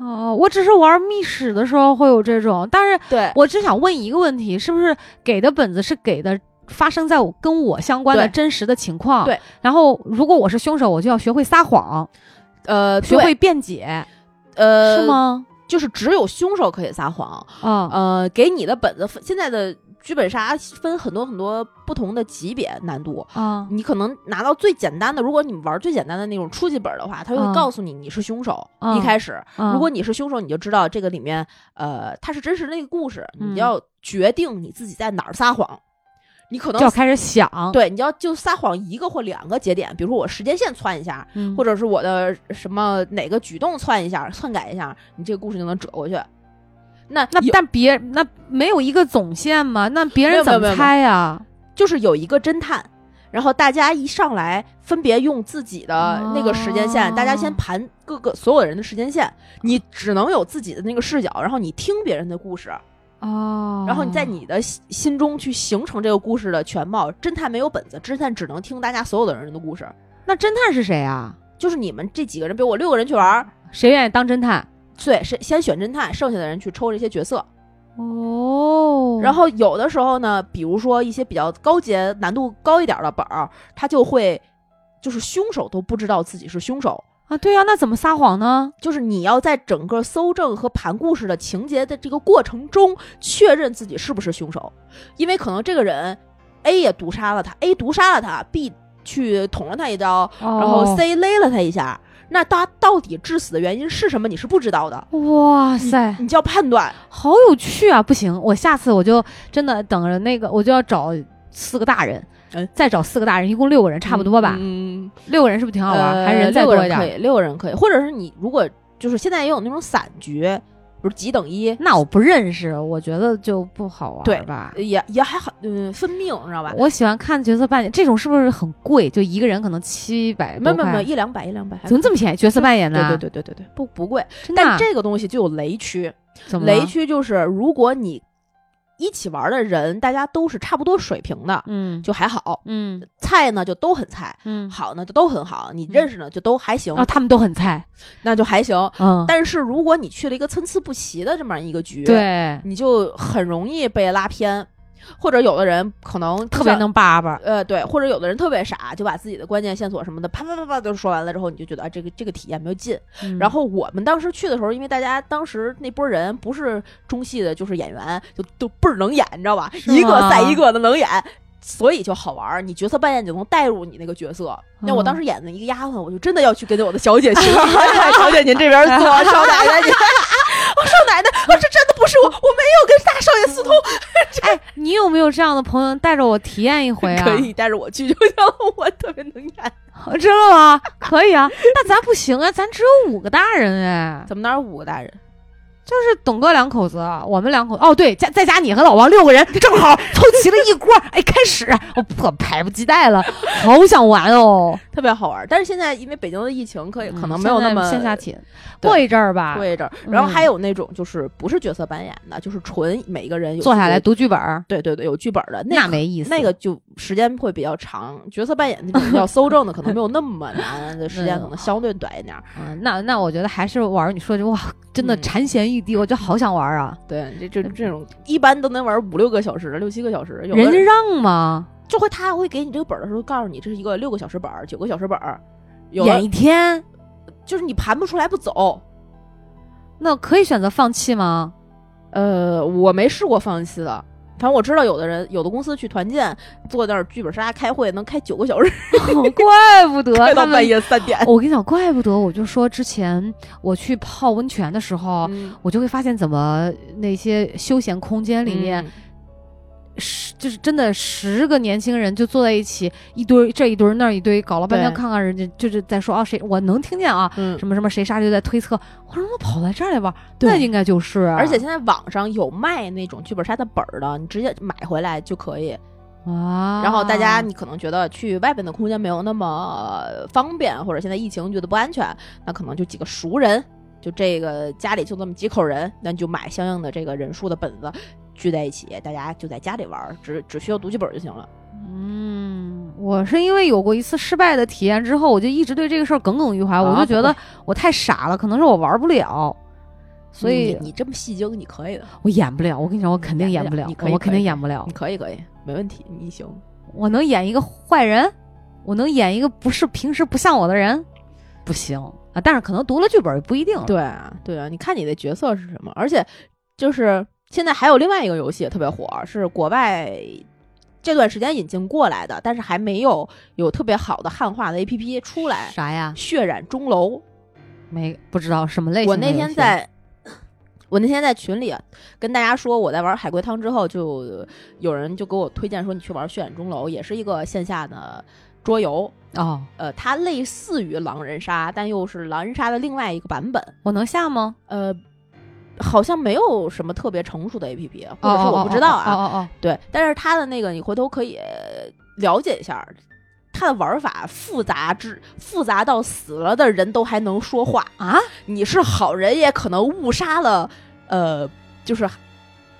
Speaker 4: 哦，我只是玩密室的时候会有这种，但是
Speaker 3: 对，
Speaker 4: 我只想问一个问题，是不是给的本子是给的？发生在我跟我相关的
Speaker 3: 对
Speaker 4: 真实的情况，
Speaker 3: 对。
Speaker 4: 然后，如果我是凶手，我就要学会撒谎，
Speaker 3: 呃，
Speaker 4: 学
Speaker 3: 对
Speaker 4: 会辩解，
Speaker 3: 呃，
Speaker 4: 是？吗？
Speaker 3: 就是只有凶手可以撒谎，
Speaker 4: 啊，
Speaker 3: 呃，给你的本子分现在的剧本杀分很多很多不同的级别难度。
Speaker 4: 啊
Speaker 3: 你可能拿到最简单的，如果你玩最简单的那种初级本的话，他
Speaker 4: 嗯
Speaker 3: 会告诉你你是凶手。
Speaker 4: 嗯
Speaker 3: 一开始，
Speaker 4: 啊！
Speaker 3: 如果你是凶手，你就知道这个里面，呃，它是真实的一个故事，
Speaker 4: 嗯
Speaker 3: 你要决定你自己在哪儿撒谎。你可
Speaker 4: 就要
Speaker 3: 能
Speaker 4: 开始想，
Speaker 3: 对，你要就撒谎一个或两个节点，比如说我时间线窜一下，
Speaker 4: 嗯，
Speaker 3: 或者是我的什么哪个举动窜一下、篡改一下，你这个故事就能折过去。那
Speaker 4: 那
Speaker 3: 有
Speaker 4: 但别那没有一个总线吗？那别
Speaker 3: 没
Speaker 4: 人
Speaker 3: 有没有
Speaker 4: 怎
Speaker 3: 没
Speaker 4: 么
Speaker 3: 有
Speaker 4: 猜呀？
Speaker 3: 就是有一个侦探，然后大家一上来分别用自己的那个时间线，
Speaker 4: 哦
Speaker 3: 大家先盘各个所有人的时间线，你只能有自己的那个视角，然后你听别人的故事，
Speaker 4: 哦，
Speaker 3: 然后你在你的心心中去形成这个故事的全貌。侦探没有本子，侦探只能听大家所有的人的故事，
Speaker 4: 那侦探是谁啊？
Speaker 3: 就是你们这几个人，比如我六个人去玩儿，
Speaker 4: 谁愿意当侦探？
Speaker 3: 对，是先选侦探，剩下的人去抽这些角色。
Speaker 4: 哦，
Speaker 3: 然后有的时候呢，比如说一些比较高阶、难度高一点的本儿，他就会就是凶手都不知道自己是凶手，
Speaker 4: 啊，对呀、那怎么撒谎呢？
Speaker 3: 就是你要在整个搜证和盘故事的情节的这个过程中，确认自己是不是凶手，因为可能这个人 A 也毒杀了他，A 毒杀了他，B 去捅了他一刀，然
Speaker 4: 然
Speaker 3: 后 C 勒了他一下，那他到底致死的原因是什么？你是不知道的，
Speaker 4: 哇塞，
Speaker 3: 你就要判断。
Speaker 4: 好有趣啊！不行，我下次我就真的等着那个，我就要找四个大人
Speaker 3: 嗯，
Speaker 4: 再找四个大人，一共六个人，差不多吧？
Speaker 3: 嗯
Speaker 4: 六个人是不是挺好玩？还是人
Speaker 3: 呃
Speaker 4: 再
Speaker 3: 六个
Speaker 4: 多一
Speaker 3: 人可
Speaker 4: 点？
Speaker 3: 以，六个人可以，或者是你如果就是现在也有那种散局，比如几等一，
Speaker 4: 那我不认识，我觉得就不好
Speaker 3: 对
Speaker 4: 玩吧。
Speaker 3: 也也还好，嗯，分命你知道吧？
Speaker 4: 我喜欢看角色扮演，这种是不是很贵？就一个人可能七百
Speaker 3: 没
Speaker 4: 多
Speaker 3: 有没有没有，
Speaker 4: 块，
Speaker 3: 一两百一两百，还
Speaker 4: 怎么这
Speaker 3: 可
Speaker 4: 么便宜？角色扮演
Speaker 3: 以
Speaker 4: 的啊，
Speaker 3: 对对对对对对，不不贵，
Speaker 4: 真的啊
Speaker 3: 但这个东西就有雷区，
Speaker 4: 怎么了
Speaker 3: 雷？区就是如果你一起玩的人大家都是差不多水平的，
Speaker 4: 嗯
Speaker 3: 就还好，
Speaker 4: 嗯
Speaker 3: 菜呢就都很菜，
Speaker 4: 嗯，
Speaker 3: 好呢就都很好，你认识呢就都还行，
Speaker 4: 啊，他们都很菜，
Speaker 3: 那就还行。
Speaker 4: 嗯，
Speaker 3: 但是如果你去了一个参差不齐的这么一个局，
Speaker 4: 对，
Speaker 3: 你就很容易被拉偏，或者有的人可能就
Speaker 4: 特别
Speaker 3: 像
Speaker 4: 能叭叭，
Speaker 3: 呃对，或者有的人特别傻，就把自己的关键线索什么的啪啪啪啪都说完了之后，你就觉得啊这个这个体验没有劲。
Speaker 4: 嗯
Speaker 3: 然后我们当时去的时候，因为大家当时那波人不是中戏的，就是演员，就都倍儿能演，你知道吧？
Speaker 4: 是
Speaker 3: 一个赛
Speaker 4: 吗
Speaker 3: 一个的能演。所以就好玩儿，你角色扮演就能带入你那个角色。那我
Speaker 4: 嗯
Speaker 3: 当时演的一个丫鬟，我就真的要去跟我的小姐去， 哎小姐您这边坐，少奶奶您，我少奶奶，我这真的不是我，我没有跟大少爷私通，
Speaker 4: 哎，你有没有这样的朋友带着我体验一回啊？
Speaker 3: 可以带着我去就行了，我特别能演。
Speaker 4: 真的吗？可以啊，那咱不行啊，咱只有五个大人哎，
Speaker 3: 咱们那儿五个大人，
Speaker 4: 就是董哥两口子，我们两口哦，对，加再加你和老王六个人，正好凑齐了一锅。哎，开始，我迫迫不及待了，好想玩哦。嗯
Speaker 3: 特别好玩儿。但是现在因为北京的疫情，可以可能没有
Speaker 4: 现在
Speaker 3: 那么
Speaker 4: 线下体，
Speaker 3: 对
Speaker 4: 过一阵儿吧，
Speaker 3: 对着。然后
Speaker 4: 嗯
Speaker 3: 还有那种就是不是角色扮演的，就是纯每个人有
Speaker 4: 坐下来
Speaker 3: 自己
Speaker 4: 读剧本儿，
Speaker 3: 对对对，有剧本的
Speaker 4: 那
Speaker 3: 那个。
Speaker 4: 没意思。
Speaker 3: 那个就时间会比较长，角色扮演那种要搜证的可能没有那么难，的时间可能相对短一点儿。
Speaker 4: 啊，那那我觉得还是玩儿你说这哇，真的
Speaker 3: 嗯
Speaker 4: 馋涎欲滴，我就好想玩儿啊。
Speaker 3: 对，这这这种一般都能玩五六个小时、六七个小时。有的
Speaker 4: 人家让吗？
Speaker 3: 就会他会给你这个本儿的时候，告诉你这是一个六个小时本儿、九个小时本儿，有的
Speaker 4: 演一天，
Speaker 3: 就是你盘不出来不走。
Speaker 4: 那可以选择放弃吗？
Speaker 3: 呃，我没试过放弃的。反正我知道有的人，有的公司去团建，坐那儿剧本杀开会，能开九个小时，
Speaker 4: 怪不得 他
Speaker 3: 开到半
Speaker 4: 们。
Speaker 3: 夜三点。
Speaker 4: 我跟你讲，怪不得我就说之前我去泡温泉的时候，
Speaker 3: 嗯
Speaker 4: 我就会发现怎么那些休闲空间里面，
Speaker 3: 嗯
Speaker 4: 十、就是真的十个年轻人就坐在一起，一堆儿这一堆儿那儿一堆，搞了半天
Speaker 3: 对
Speaker 4: 看看人家就是在说啊谁，我能听见啊。
Speaker 3: 嗯，
Speaker 4: 什么什么谁杀就在推测，我说怎么跑到这儿来玩？
Speaker 3: 对
Speaker 4: 那应该就是啊，
Speaker 3: 而且现在网上有卖那种剧本杀的本儿的，你直接买回来就可以。
Speaker 4: 啊，
Speaker 3: 然后大家，你可能觉得去外边的空间没有那么呃方便，或者现在疫情觉得不安全，那可能就几个熟人，就这个家里就这么几口人，那你就买相应的这个人数的本子聚在一起，大家就在家里玩儿，只只需要读剧本就行了。
Speaker 4: 嗯，我是因为有过一次失败的体验之后，我就一直对这个事儿耿耿于怀，我
Speaker 3: 啊
Speaker 4: 就觉得我太傻了，可能是我玩不了，所以
Speaker 3: 你你这么戏精，你可以的，
Speaker 4: 我演不了。我跟你讲，我肯定
Speaker 3: 演
Speaker 4: 演
Speaker 3: 不
Speaker 4: 不
Speaker 3: 了
Speaker 4: 了
Speaker 3: 你可，以
Speaker 4: 我
Speaker 3: 可
Speaker 4: 肯定
Speaker 3: 以
Speaker 4: 演不了
Speaker 3: 你。可以可以，没问题，你行。
Speaker 4: 我能演一个坏人，我能演一个不是平时不像我的人，不行啊！但是可能读了剧本不一定。
Speaker 3: 对啊，对啊，你看你的角色是什么？而且就是现在还有另外一个游戏也特别火，是国外这段时间引进过来的，但是还没有有特别好的汉化的 APP 出来。
Speaker 4: 啥呀？
Speaker 3: 血染钟楼，
Speaker 4: 没不知道什么类型
Speaker 3: 我
Speaker 4: 的游戏。
Speaker 3: 那天在。我那天在群里跟大家说，我在玩海龟汤之后，就有人就给我推荐说你去玩《血染钟楼》，也是一个线下的桌游，
Speaker 4: 哦，
Speaker 3: 呃，它类似于狼人杀，但又是狼人杀的另外一个版本。
Speaker 4: 我能下吗？
Speaker 3: 呃，好像没有什么特别成熟的 A P P，或
Speaker 4: 哦
Speaker 3: 者是
Speaker 4: 哦
Speaker 3: 我
Speaker 4: 哦
Speaker 3: 不知道啊。
Speaker 4: 哦哦哦，
Speaker 3: 对，但是它的那个你回头可以了解一下，它的玩法复杂之复杂到死了的人都还能说话，
Speaker 2: 啊，
Speaker 3: 你是好人也可能误杀了，呃，就是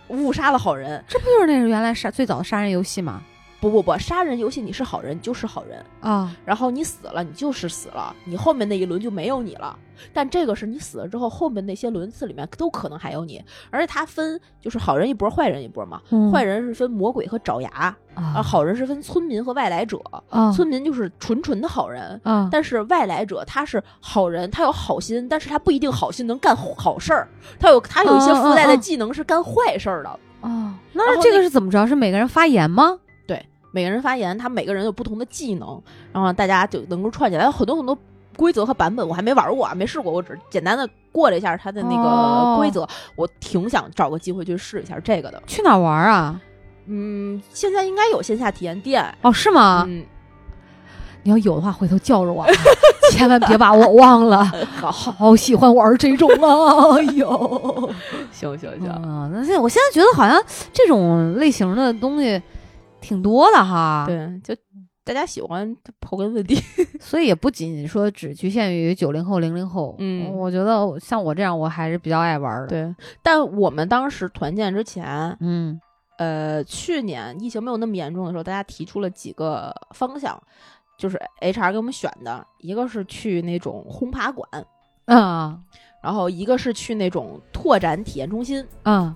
Speaker 3: 误杀了好人。
Speaker 4: 这不就是那个原来杀最早的杀人游戏吗？
Speaker 3: 不不不，杀人游戏你是好人就是好人，
Speaker 4: 啊，
Speaker 3: 然后你死了你就是死了，你后面那一轮就没有你了。但这个是你死了之后，后面那些轮次里面都可能还有你，而且它分就是好人一波，坏人一波嘛。坏人是分魔鬼和爪牙，而
Speaker 4: 嗯啊
Speaker 3: 好人是分村民和外来者。
Speaker 4: 啊
Speaker 3: 村民就是纯纯的好人，
Speaker 4: 啊
Speaker 3: 但是外来者他是好人，他有好心，但是他不一定好心能干好好事儿，他有他有一些附带的技能是干坏事儿的。
Speaker 4: 啊，
Speaker 3: 哦然
Speaker 4: 那
Speaker 3: 后
Speaker 4: 这
Speaker 3: 那
Speaker 4: 个是怎么着？是每个人发言吗？
Speaker 3: 每个人发言，他每个人有不同的技能，然后大家就能够串起来，有很多很多规则和版本，我还没玩过啊，没试过，我只简单的过了一下它的那
Speaker 4: 哦
Speaker 3: 个规则，我挺想找个机会去试一下这个的。
Speaker 4: 去哪儿玩儿啊？
Speaker 3: 嗯，现在应该有线下体验店
Speaker 4: 哦，是吗？
Speaker 3: 嗯，
Speaker 4: 你要有的话，回头叫着我啊， 千万别把我忘了。
Speaker 3: 呃好，
Speaker 4: 好喜欢玩这种啊！哎 呦，
Speaker 3: 行行行，
Speaker 4: 啊，那现在我现在觉得好像这种类型的东西挺多的
Speaker 3: 嗯
Speaker 4: 哈。，
Speaker 3: 对，就大家喜欢刨根问底，
Speaker 4: 所以也不仅仅说只局限于九零后、零零后。
Speaker 3: 嗯
Speaker 4: 我觉得像我这样，我还是比较爱玩的。，
Speaker 3: 对，但我们当时团建之前，
Speaker 4: 嗯
Speaker 3: 呃，去年疫情没有那么严重的时候，大家提出了几个方向，就是 HR 给我们选的，一个是去那种轰趴馆，
Speaker 4: 啊
Speaker 3: 然后一个是去那种拓展体验中心，
Speaker 4: 啊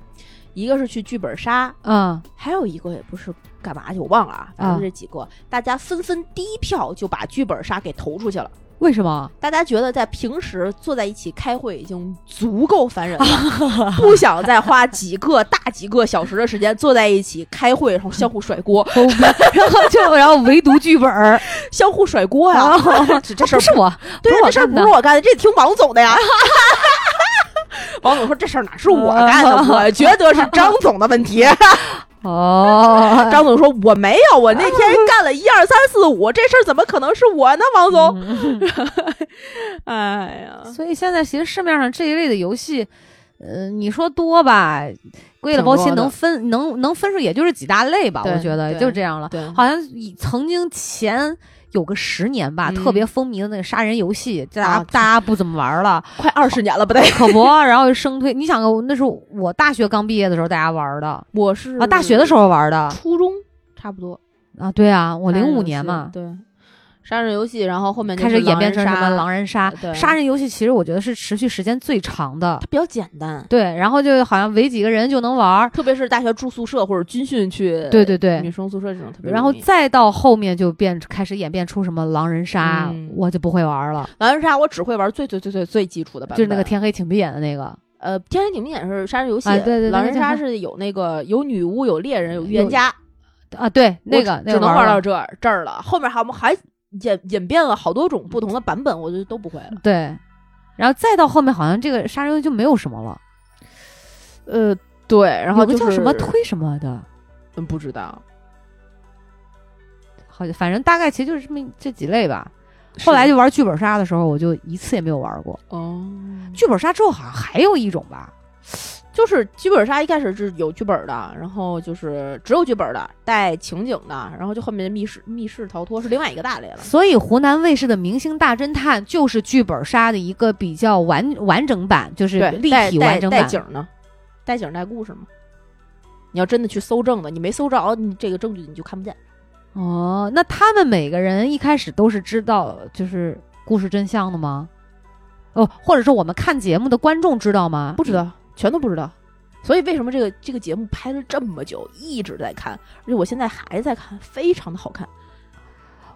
Speaker 3: 一个是去剧本杀，
Speaker 4: 啊
Speaker 3: 还有一个也不是干嘛去，我忘了啊，反正
Speaker 4: 啊
Speaker 3: 这几个，大家纷纷第一票就把剧本杀给投出去了。
Speaker 4: 为什么？
Speaker 3: 大家觉得在平时坐在一起开会已经足够烦人了，不想再花几个大几个小时的时间坐在一起开会，然后相互甩锅，
Speaker 4: 然后就然后唯独剧本儿，
Speaker 3: 相互甩锅呀、
Speaker 4: 哦
Speaker 3: 啊这这事
Speaker 4: 不
Speaker 3: 儿
Speaker 4: 是我，啊
Speaker 3: 对呀、
Speaker 4: 不
Speaker 3: 这
Speaker 4: 是我干
Speaker 3: 事儿不
Speaker 4: 的
Speaker 3: 是我干的，这得 听王 总的呀。王总说：“这事儿哪是我干的？我觉得是张总的问题。
Speaker 4: 哦，”
Speaker 3: 张总说：“我没有，我那天干了一二三四五，这事儿怎么可能是我呢？”王总，嗯
Speaker 4: 嗯
Speaker 3: 哎呀，
Speaker 4: 所以现在其实市面上这一类的游戏，呃，你说多吧，归了包
Speaker 3: 挺
Speaker 4: 期
Speaker 3: 多的
Speaker 4: 能分能能分数也就是几大类吧，
Speaker 3: 对
Speaker 4: 我觉得
Speaker 3: 对
Speaker 4: 就这样了。
Speaker 3: 对，
Speaker 4: 好像以曾经前有个十年吧，
Speaker 3: 嗯
Speaker 4: 特别风靡的那个杀人游戏，大家、
Speaker 3: 啊
Speaker 4: 大家不怎么玩了，
Speaker 3: 快二十年了吧？得，
Speaker 4: 可 不，然后生推。你想，那时候我大学刚毕业的时候，大家玩的
Speaker 3: 我是
Speaker 4: 啊，大学的时候玩的
Speaker 3: 初中差不多。
Speaker 4: 啊，对啊，我
Speaker 3: 杀人
Speaker 4: 零五
Speaker 3: 游
Speaker 4: 年
Speaker 3: 戏
Speaker 4: 嘛，
Speaker 3: 对，杀人游戏，然后后面就
Speaker 4: 开始
Speaker 3: 是
Speaker 4: 演变
Speaker 3: 狼
Speaker 4: 成
Speaker 3: 人
Speaker 4: 什么
Speaker 3: 杀
Speaker 4: 狼人杀、
Speaker 3: 对
Speaker 4: 杀人游戏，其实我觉得是持续时间最长的
Speaker 3: 它。比较简单，
Speaker 4: 对，然后就好像围几个人就能玩儿，
Speaker 3: 特别是大学住宿舍或者军训去，
Speaker 4: 对对对
Speaker 3: 女生宿舍这种特别容易。
Speaker 4: 然后再到后面就变开始演变出什么狼人杀，
Speaker 3: 嗯
Speaker 4: 我就不会玩了，
Speaker 3: 狼人杀，我只会玩最最最最最基础的版本，
Speaker 4: 就是那个天黑请闭眼的那个。
Speaker 3: 呃天黑请闭眼是杀人游戏，
Speaker 4: 啊对对对
Speaker 3: 狼人
Speaker 4: 那叫
Speaker 3: 杀
Speaker 4: 啥
Speaker 3: 是有那个有女巫、有猎人、有预言家，
Speaker 4: 啊，对，那
Speaker 3: 我
Speaker 4: 个
Speaker 3: 只
Speaker 4: 那
Speaker 3: 只
Speaker 4: 个
Speaker 3: 能玩
Speaker 4: 玩
Speaker 3: 到
Speaker 4: 了
Speaker 3: 这儿这儿了。后面还我们还演演变了好多种不同的版本，我就都不会了。
Speaker 4: 对，然后再到后面好像这个杀人游戏就没有什么了，
Speaker 3: 呃，对，然
Speaker 4: 有个叫什么推什么的，
Speaker 3: 嗯不知道，
Speaker 4: 好像反正大概其实就是这么这几类吧。后来
Speaker 3: 就
Speaker 4: 就玩剧本杀的时候，我就一次也没有玩过。
Speaker 3: 哦。
Speaker 4: 剧本杀之后好像还有一种吧，
Speaker 3: 就是剧本杀一开始是有剧本的，然后就是只有剧本的带情景的，然后就后面的密室密室逃脱是另外一个大类了。
Speaker 4: 所以湖南卫视的《明星大侦探》就是剧本杀的一个比较完完整版，就是
Speaker 3: 对，
Speaker 4: 立
Speaker 3: 带
Speaker 4: 体完
Speaker 3: 带
Speaker 4: 整
Speaker 3: 带
Speaker 4: 版。
Speaker 3: 景呢，带景带故事嘛。你要真的去搜证的，你没搜着，你这个证据你就看不见。
Speaker 4: 哦，那他们每个人一开始都是知道就是故事真相的吗？哦，或者说我们看节目的观众知道吗？
Speaker 3: 不知道，全都不知道。嗯所以为什么这个这个节目拍了这么久，一直在看，而且我现在还在看，非常的好看。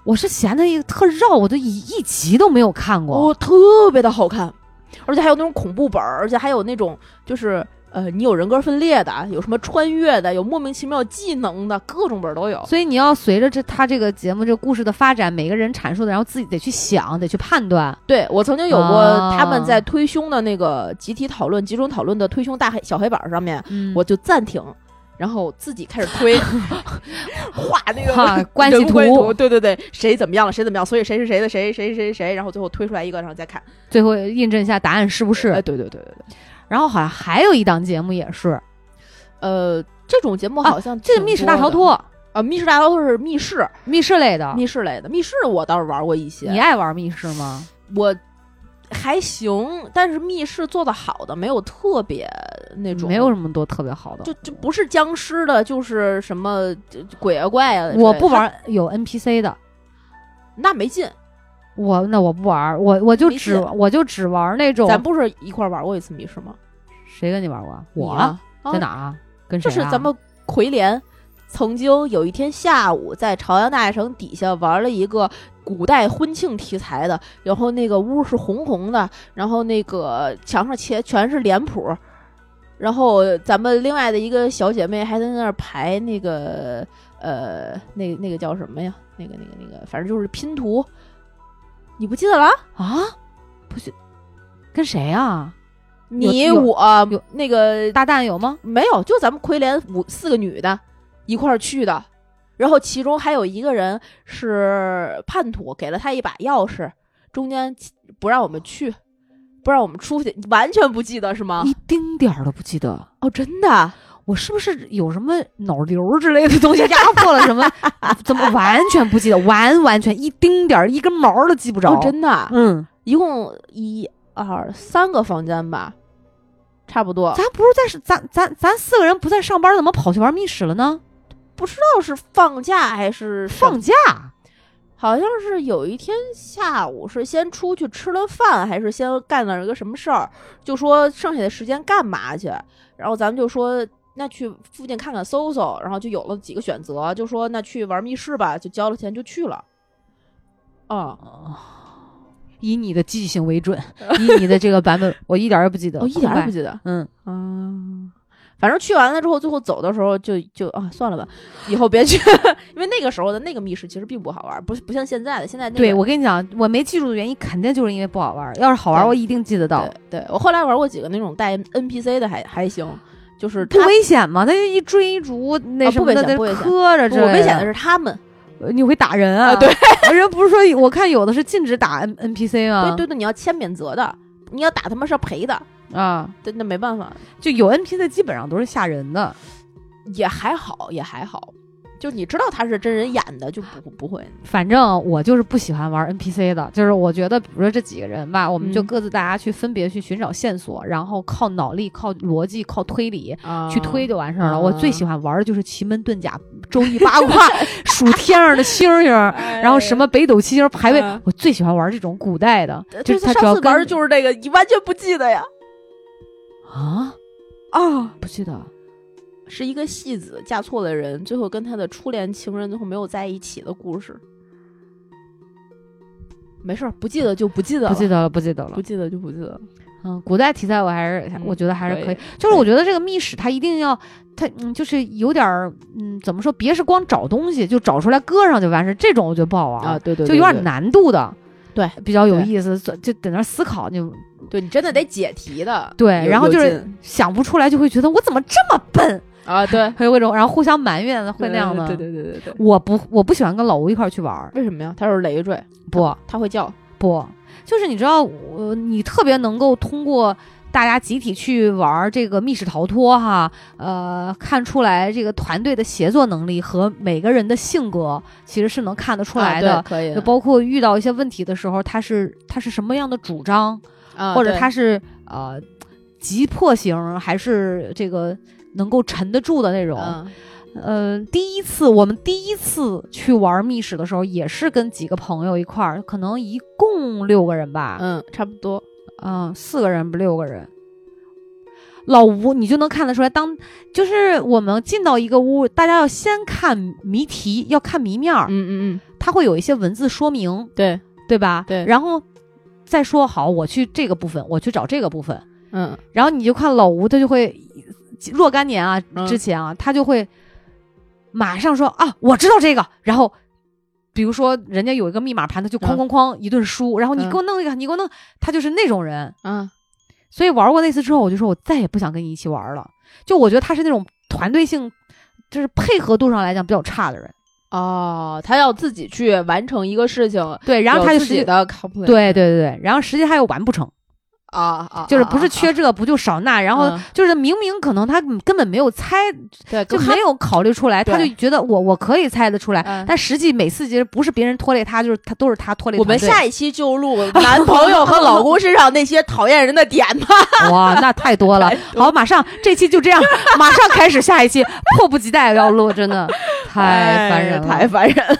Speaker 4: 我是嫌它一个特绕，我都一一集都没有看过。
Speaker 3: 哦，特别的好看，而且还有那种恐怖本儿，而且还有那种就是呃，你有人格分裂的，有什么穿越的，有莫名其妙技能的，各种本儿都有。
Speaker 4: 所以你要随着这他这个节目这个故事的发展，每个人阐述的，然后自己得去想，得去判断。
Speaker 3: 对我曾经有过
Speaker 4: 啊
Speaker 3: 他们在推凶的那个集体讨论、集中讨论的推凶大黑小黑板儿上面，
Speaker 4: 嗯
Speaker 3: 我就暂停。然后自己开始 推，画那
Speaker 4: 画
Speaker 3: 个
Speaker 4: 关系
Speaker 3: 人物
Speaker 4: 图
Speaker 3: 图，对对对，谁怎么样了，谁怎么样，所以谁是谁的谁谁谁谁谁，然后最后推出来一个，然后再看，
Speaker 4: 最后印证一下答案是不
Speaker 3: 哎，
Speaker 4: 是。
Speaker 3: 对对对对对，
Speaker 4: 然后好像还有一档节目也是
Speaker 3: 呃，这种节目好像
Speaker 4: 这
Speaker 3: 挺
Speaker 4: 个密室
Speaker 3: 多
Speaker 4: 大逃
Speaker 3: 的
Speaker 4: 脱，
Speaker 3: 呃，密室大逃脱是密室，
Speaker 4: 密室类的，
Speaker 3: 密室类的，密室我倒是玩过
Speaker 4: 啊
Speaker 3: 一
Speaker 4: 你
Speaker 3: 些，
Speaker 4: 爱玩密室吗？
Speaker 3: 我还行，但是密室做的好的没有特别那种，
Speaker 4: 没有什么多特别好的
Speaker 3: 就。就不是僵尸的，就是什么就鬼啊怪啊之类的，
Speaker 4: 我不
Speaker 3: 它，
Speaker 4: 玩有 NPC 的，
Speaker 3: 那没劲。
Speaker 4: 我那我不玩，我我就
Speaker 3: 没
Speaker 4: 只
Speaker 3: 劲
Speaker 4: 我就只玩那种。
Speaker 3: 咱不是一块儿玩过一次密室吗？
Speaker 4: 谁跟你玩过？我
Speaker 3: 你啊
Speaker 4: 在哪儿啊？跟谁
Speaker 3: 就
Speaker 4: 啊？
Speaker 3: 是咱们葵联曾经有一天下午在朝阳大学城底下玩了一个古代婚庆题材的，然后那个屋是红红的，然后那个墙上全全是脸谱，然后咱们另外的一个小姐妹还在那儿排那个呃那那个叫什么呀？那个那个那个，反正就是拼图，你不记得了？
Speaker 4: 啊，不是跟谁啊？
Speaker 3: 你
Speaker 4: 有
Speaker 3: 我
Speaker 4: 有
Speaker 3: 那个
Speaker 4: 大蛋有吗？
Speaker 3: 没有，就咱们葵联五四个女的一块儿去的，然后其中还有一个人是叛徒，给了他一把钥匙，中间不让我们去，不让我们出去，你完全不记得是吗？
Speaker 4: 一丁点儿都不记得。
Speaker 3: 哦，真的，
Speaker 4: 我是不是有什么脑瘤之类的东西压迫了什么？ 怎么完全不记得？完完全一丁点儿一根毛儿都记不着。
Speaker 3: 哦，真的，
Speaker 4: 嗯，
Speaker 3: 一共一二三个房间吧，差不多。
Speaker 4: 咱不是在咱咱咱四个人不在上班，怎么跑去玩密室了呢？
Speaker 3: 不知道是放假还是什么
Speaker 4: 放假
Speaker 3: 好像是有一天下午是先出去吃了饭，还是先干了一个什么事儿，就说剩下的时间干嘛去，然后咱们就说。那去附近看看搜搜，然后就有了几个选择，就说那去玩密室吧，就交了钱就去了。啊、
Speaker 4: 以你的记性为 准，以你的这个版本，哦我一点儿也不记得，
Speaker 3: 我、一点儿也不
Speaker 4: 记
Speaker 3: 记得。
Speaker 4: 嗯，
Speaker 3: 嗯，反正去完了之后，最后走的时候就就啊，算了吧，以后别去， 因为那个时候的那个密室其实并不好玩，不不像现在的，现在那个
Speaker 4: 对我跟你讲，我没记住的原因肯定就是因为不好玩儿。要是好玩儿，
Speaker 3: 对
Speaker 4: 我一定记得到。
Speaker 3: 对对我后来玩过几个那种带 NPC 的还，还行，就是
Speaker 4: 不
Speaker 3: 他
Speaker 4: 危险吗？他就一追一逐，那
Speaker 3: 啊
Speaker 4: 什
Speaker 3: 不
Speaker 4: 么
Speaker 3: 危
Speaker 4: 的，
Speaker 3: 险
Speaker 4: 那
Speaker 3: 不危险
Speaker 4: 磕着
Speaker 3: 不
Speaker 4: 之类
Speaker 3: 危险的是他们，
Speaker 4: 呃你会打人啊？
Speaker 3: 啊对，
Speaker 4: 人不是说我看有的是禁止打 N N P C 啊吗？
Speaker 3: 对对对，你要签免责的，你要打他们是要赔的，
Speaker 4: 啊，
Speaker 3: 对，那没办法，
Speaker 4: 就有 N P C 基本上都是吓人的。
Speaker 3: 也还好，也还好，就你知道他是真人演的，就不不会，
Speaker 4: 反正我就是不喜欢玩 N P C 的，就是我觉得，比如说这几个人吧，我们就
Speaker 3: 嗯
Speaker 4: 各自大家去分别去寻找线索，然后靠脑力、靠逻辑、靠推理。啊
Speaker 3: 啊
Speaker 4: 去推就完事儿了。我最喜欢玩的就是奇门遁甲、周易八 卦、数天上的星星，
Speaker 3: 哎，
Speaker 4: 然后什么北斗七星排位
Speaker 3: 嗯，
Speaker 4: 我最喜欢玩这种古代的
Speaker 3: 呃。
Speaker 4: 就
Speaker 3: 这
Speaker 4: 是
Speaker 3: 次
Speaker 4: 它主要
Speaker 3: 上次
Speaker 4: 跟
Speaker 3: 玩的就是这个，你完全不记得呀？
Speaker 4: 啊，
Speaker 3: 啊，
Speaker 4: 不记得。
Speaker 3: 是一个戏子嫁错了人，最后跟他的初恋情人最后没有在一起的故事。没事儿，不记得就不记得了，
Speaker 4: 不记得了，不记得了
Speaker 3: 不。记得就不记得了。
Speaker 4: 嗯，古代题材我还是、
Speaker 3: 嗯
Speaker 4: 我觉得还是可
Speaker 3: 可
Speaker 4: 以
Speaker 3: 以，
Speaker 4: 就是我觉得这个密室它一定要它嗯，就是有点儿嗯，怎么说？别是光找东西就找出来搁上就完事，这种我觉得不好玩，
Speaker 3: 啊，对对，
Speaker 4: 哦就有点。难度的，
Speaker 3: 对，
Speaker 4: 比较有
Speaker 3: 对
Speaker 4: 意思，就在那儿思考就
Speaker 3: 对你真的得解题的。
Speaker 4: 对，
Speaker 3: 有
Speaker 4: 然后
Speaker 3: 有
Speaker 4: 就是
Speaker 3: 劲
Speaker 4: 想不出来就会觉得我怎么这么笨，
Speaker 3: 啊，对，
Speaker 4: 会有一种然后互相埋怨会那样的。
Speaker 3: 呃对对对对对对。
Speaker 4: 我不我不喜欢跟老吴一块儿去玩儿，
Speaker 3: 为什么呀？他是累赘，
Speaker 4: 不，
Speaker 3: 他会叫。
Speaker 4: 不，就是你知道，我你特别能够通过大家集体去玩儿这个密室逃脱哈，呃，看出来这个团队的协作能力和每个人的性格其实是能看得出来
Speaker 3: 啊
Speaker 4: 的。
Speaker 3: 对可以
Speaker 4: 就包括遇到一些问题的时候，他是他是什么样的主张，
Speaker 3: 啊
Speaker 4: 或者
Speaker 3: 对
Speaker 4: 他是呃急迫型还是这个能够沉得住的那种。
Speaker 3: 嗯
Speaker 4: 呃，第一次我们第一次去玩密室的时候，也是跟几个朋友一块儿，可能一共六个人吧，
Speaker 3: 嗯，差不多。
Speaker 4: 嗯、四个人不六个人。老吴，你就能看得出来，当就是我们进到一个屋，大家要先看谜题，要看谜面儿，
Speaker 3: 嗯嗯嗯，
Speaker 4: 它会有一些文字说明，
Speaker 3: 对，
Speaker 4: 对吧？
Speaker 3: 对
Speaker 4: 然后再说好，我去这个部分，我去找这个部分，
Speaker 3: 嗯
Speaker 4: 然后你就看老吴，他就会若干年啊
Speaker 3: 嗯
Speaker 4: 之前啊，他就会马上说啊，我知道这个，然后。比如说，人家有一个密码盘，他就哐
Speaker 3: 嗯
Speaker 4: 哐哐一顿输，然后你
Speaker 3: 嗯
Speaker 4: 给我弄一个，你给我弄，他就是那种人。
Speaker 3: 啊，
Speaker 4: 所以玩过那次之后，我就说我再也不想跟你一起玩了。就我觉得他是那种团队性， 就是配合度上来讲比较差的人。
Speaker 3: 哦，他要自己去完成一个事情，
Speaker 4: 对，然后
Speaker 3: 有
Speaker 4: 他就
Speaker 3: 自
Speaker 4: 实际
Speaker 3: 己的 complain。
Speaker 4: 对对对对，然后实际他又完不成。
Speaker 3: 啊啊，
Speaker 4: 就是不是缺这不就少那，然后
Speaker 3: 嗯
Speaker 4: 就是明明可能他根本没有猜，
Speaker 3: 对，
Speaker 4: 就
Speaker 3: 跟他
Speaker 4: 没有考虑出来，他就
Speaker 3: 对
Speaker 4: 觉得我我可以猜得出来，
Speaker 3: 嗯
Speaker 4: 但实际每次其实不是别人拖累他，就是他都是他拖累
Speaker 3: 我们
Speaker 4: 团队
Speaker 3: 下一期就录男朋友和老公身上那些讨厌人的点吧。
Speaker 4: 哇，那太多 了。好，马上这期就这样，马上开始下一期，迫不及待要录，真 的 太烦人了。
Speaker 3: 哎太烦人了，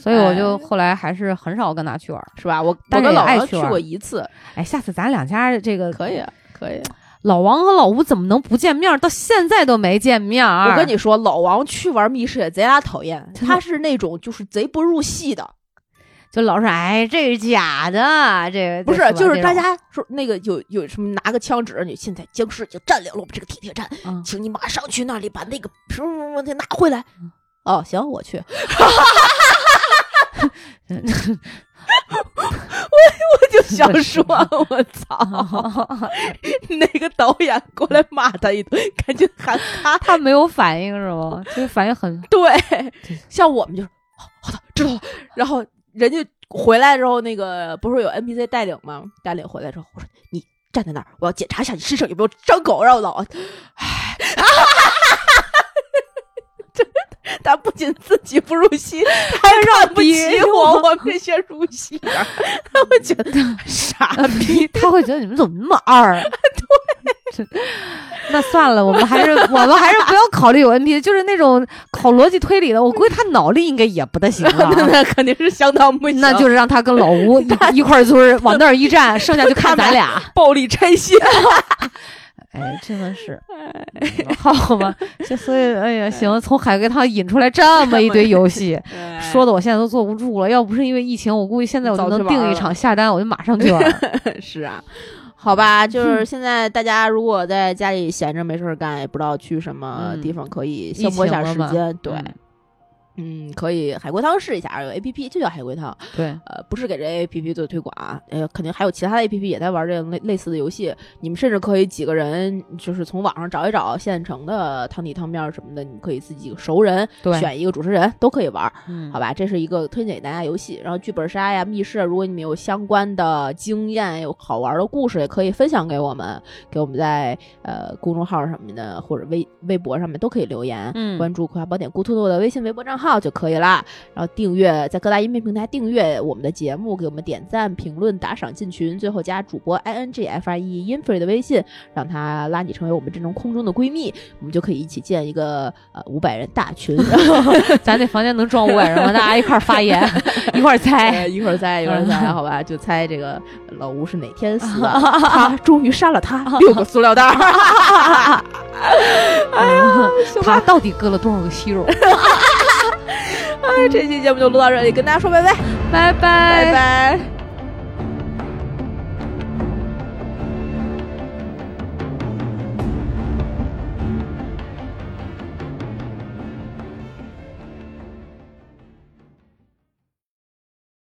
Speaker 4: 所以我就后来还是很少跟他去玩儿。
Speaker 3: 是吧？我
Speaker 4: 但是
Speaker 3: 我跟
Speaker 4: 也
Speaker 3: 老
Speaker 4: 爱
Speaker 3: 王
Speaker 4: 去
Speaker 3: 去
Speaker 4: 玩
Speaker 3: 过一次，
Speaker 4: 哎，下次咱两家这个
Speaker 3: 可以，可以。
Speaker 4: 老王和老吴怎么能不见面儿？到现在都没见面儿。
Speaker 3: 我跟你说，老王去玩密室也贼拉讨 厌，
Speaker 4: 真的
Speaker 3: 他是那种就是贼不入戏 的，
Speaker 4: 就老说，哎，这是假的，这
Speaker 3: 不是
Speaker 4: 这，
Speaker 3: 就是
Speaker 4: 吧
Speaker 3: 大家说那个有有什么拿个枪指着你，现在僵尸已经占领了我们这个地铁站，
Speaker 4: 这种嗯
Speaker 3: 请你马上去那里把那个什么什么给拿回来。哦，行，我去。我 我就想说，我
Speaker 4: 嗯
Speaker 3: 操，那个导演过来骂他一顿，赶紧喊他。
Speaker 4: 他没有反应是吗？就是反应 很
Speaker 3: 对，像我们就是好好的知道了，然后人家回来之后，那个不是有 NPC 带领吗？带领回来之后，我说你站在那儿，我要检查一下你身上有没有伤口，然后老王，唉。 真的他不仅自己不入戏，还看不起我，我们这些入戏人， 他会觉得傻逼。。
Speaker 4: 他会觉得你们怎么那么二？对，那算了，我们还是我们还是不要考虑有 NPC，就是那种考逻辑推理的，我估计他脑力应该也不大行了
Speaker 3: 那肯定是相当不行，
Speaker 4: 啊那 就是让他跟老吴一一块儿，就是往那儿一站，剩下就看咱俩。
Speaker 3: 暴力 拆卸。
Speaker 4: 哎，真的是，
Speaker 3: 哎
Speaker 4: 好吧，就所以，哎呀，行，从海龟汤引出来这么一堆游戏，说的我现在都坐不住了。要不是因为疫情，我估计现在我就
Speaker 3: 哎早去
Speaker 4: 能
Speaker 3: 玩
Speaker 4: 订一
Speaker 3: 了
Speaker 4: 场下单，我就马上 去玩儿。
Speaker 3: 是啊，好吧，就是
Speaker 4: 嗯
Speaker 3: 现在大家如果在家里闲着没事儿干，也不知道去什么
Speaker 4: 嗯
Speaker 3: 地方可以
Speaker 4: 疫
Speaker 3: 消磨一
Speaker 4: 情
Speaker 3: 下
Speaker 4: 了
Speaker 3: 时
Speaker 4: 嘛
Speaker 3: 间，对。
Speaker 4: 嗯
Speaker 3: 嗯，可以海龟汤试一下，有 A P P 就叫海龟汤，
Speaker 4: 对，
Speaker 3: 呃，不是给这 A P P 做推广啊，呃，肯定还有其他的 A P P 也在玩这种类类似的游戏，你们甚至可以几个人就是从网上找一找现成的汤底汤面儿什么的，你们可以自己熟人
Speaker 4: 对
Speaker 3: 选一个主持人都可以玩，
Speaker 4: 嗯
Speaker 3: 好吧，这是一个推荐给大家游戏。然后剧本杀呀、密室啊，如果你们有相关的经验、有好玩的故事，也可以分享给我们，给我们在呃公众号上面的或者微微博上面都可以留言。
Speaker 4: 嗯
Speaker 3: 关注《葵花宝典》顾兔兔的微信、微博账号就可以啦。然后订阅在各大音频平台订阅我们的节目，给我们点赞、评论、打赏、进群，最后加主播 i n g f r e infree 的微信，让他拉你成为我们这种空中的闺蜜，我们就可以一起建一个呃五百人大群。
Speaker 4: 咱这房间能装五百人吗？大家一块儿发 言，一块儿猜。
Speaker 3: 哎，一会儿猜，一会儿猜，好吧，就猜这个老吴是哪天死 的，他终于杀了他，六个塑料袋 儿。
Speaker 4: 嗯 他到底割了多少个 息肉？
Speaker 3: 哎这期节目就录到这里，跟大家说拜拜，
Speaker 4: 拜拜
Speaker 3: 拜。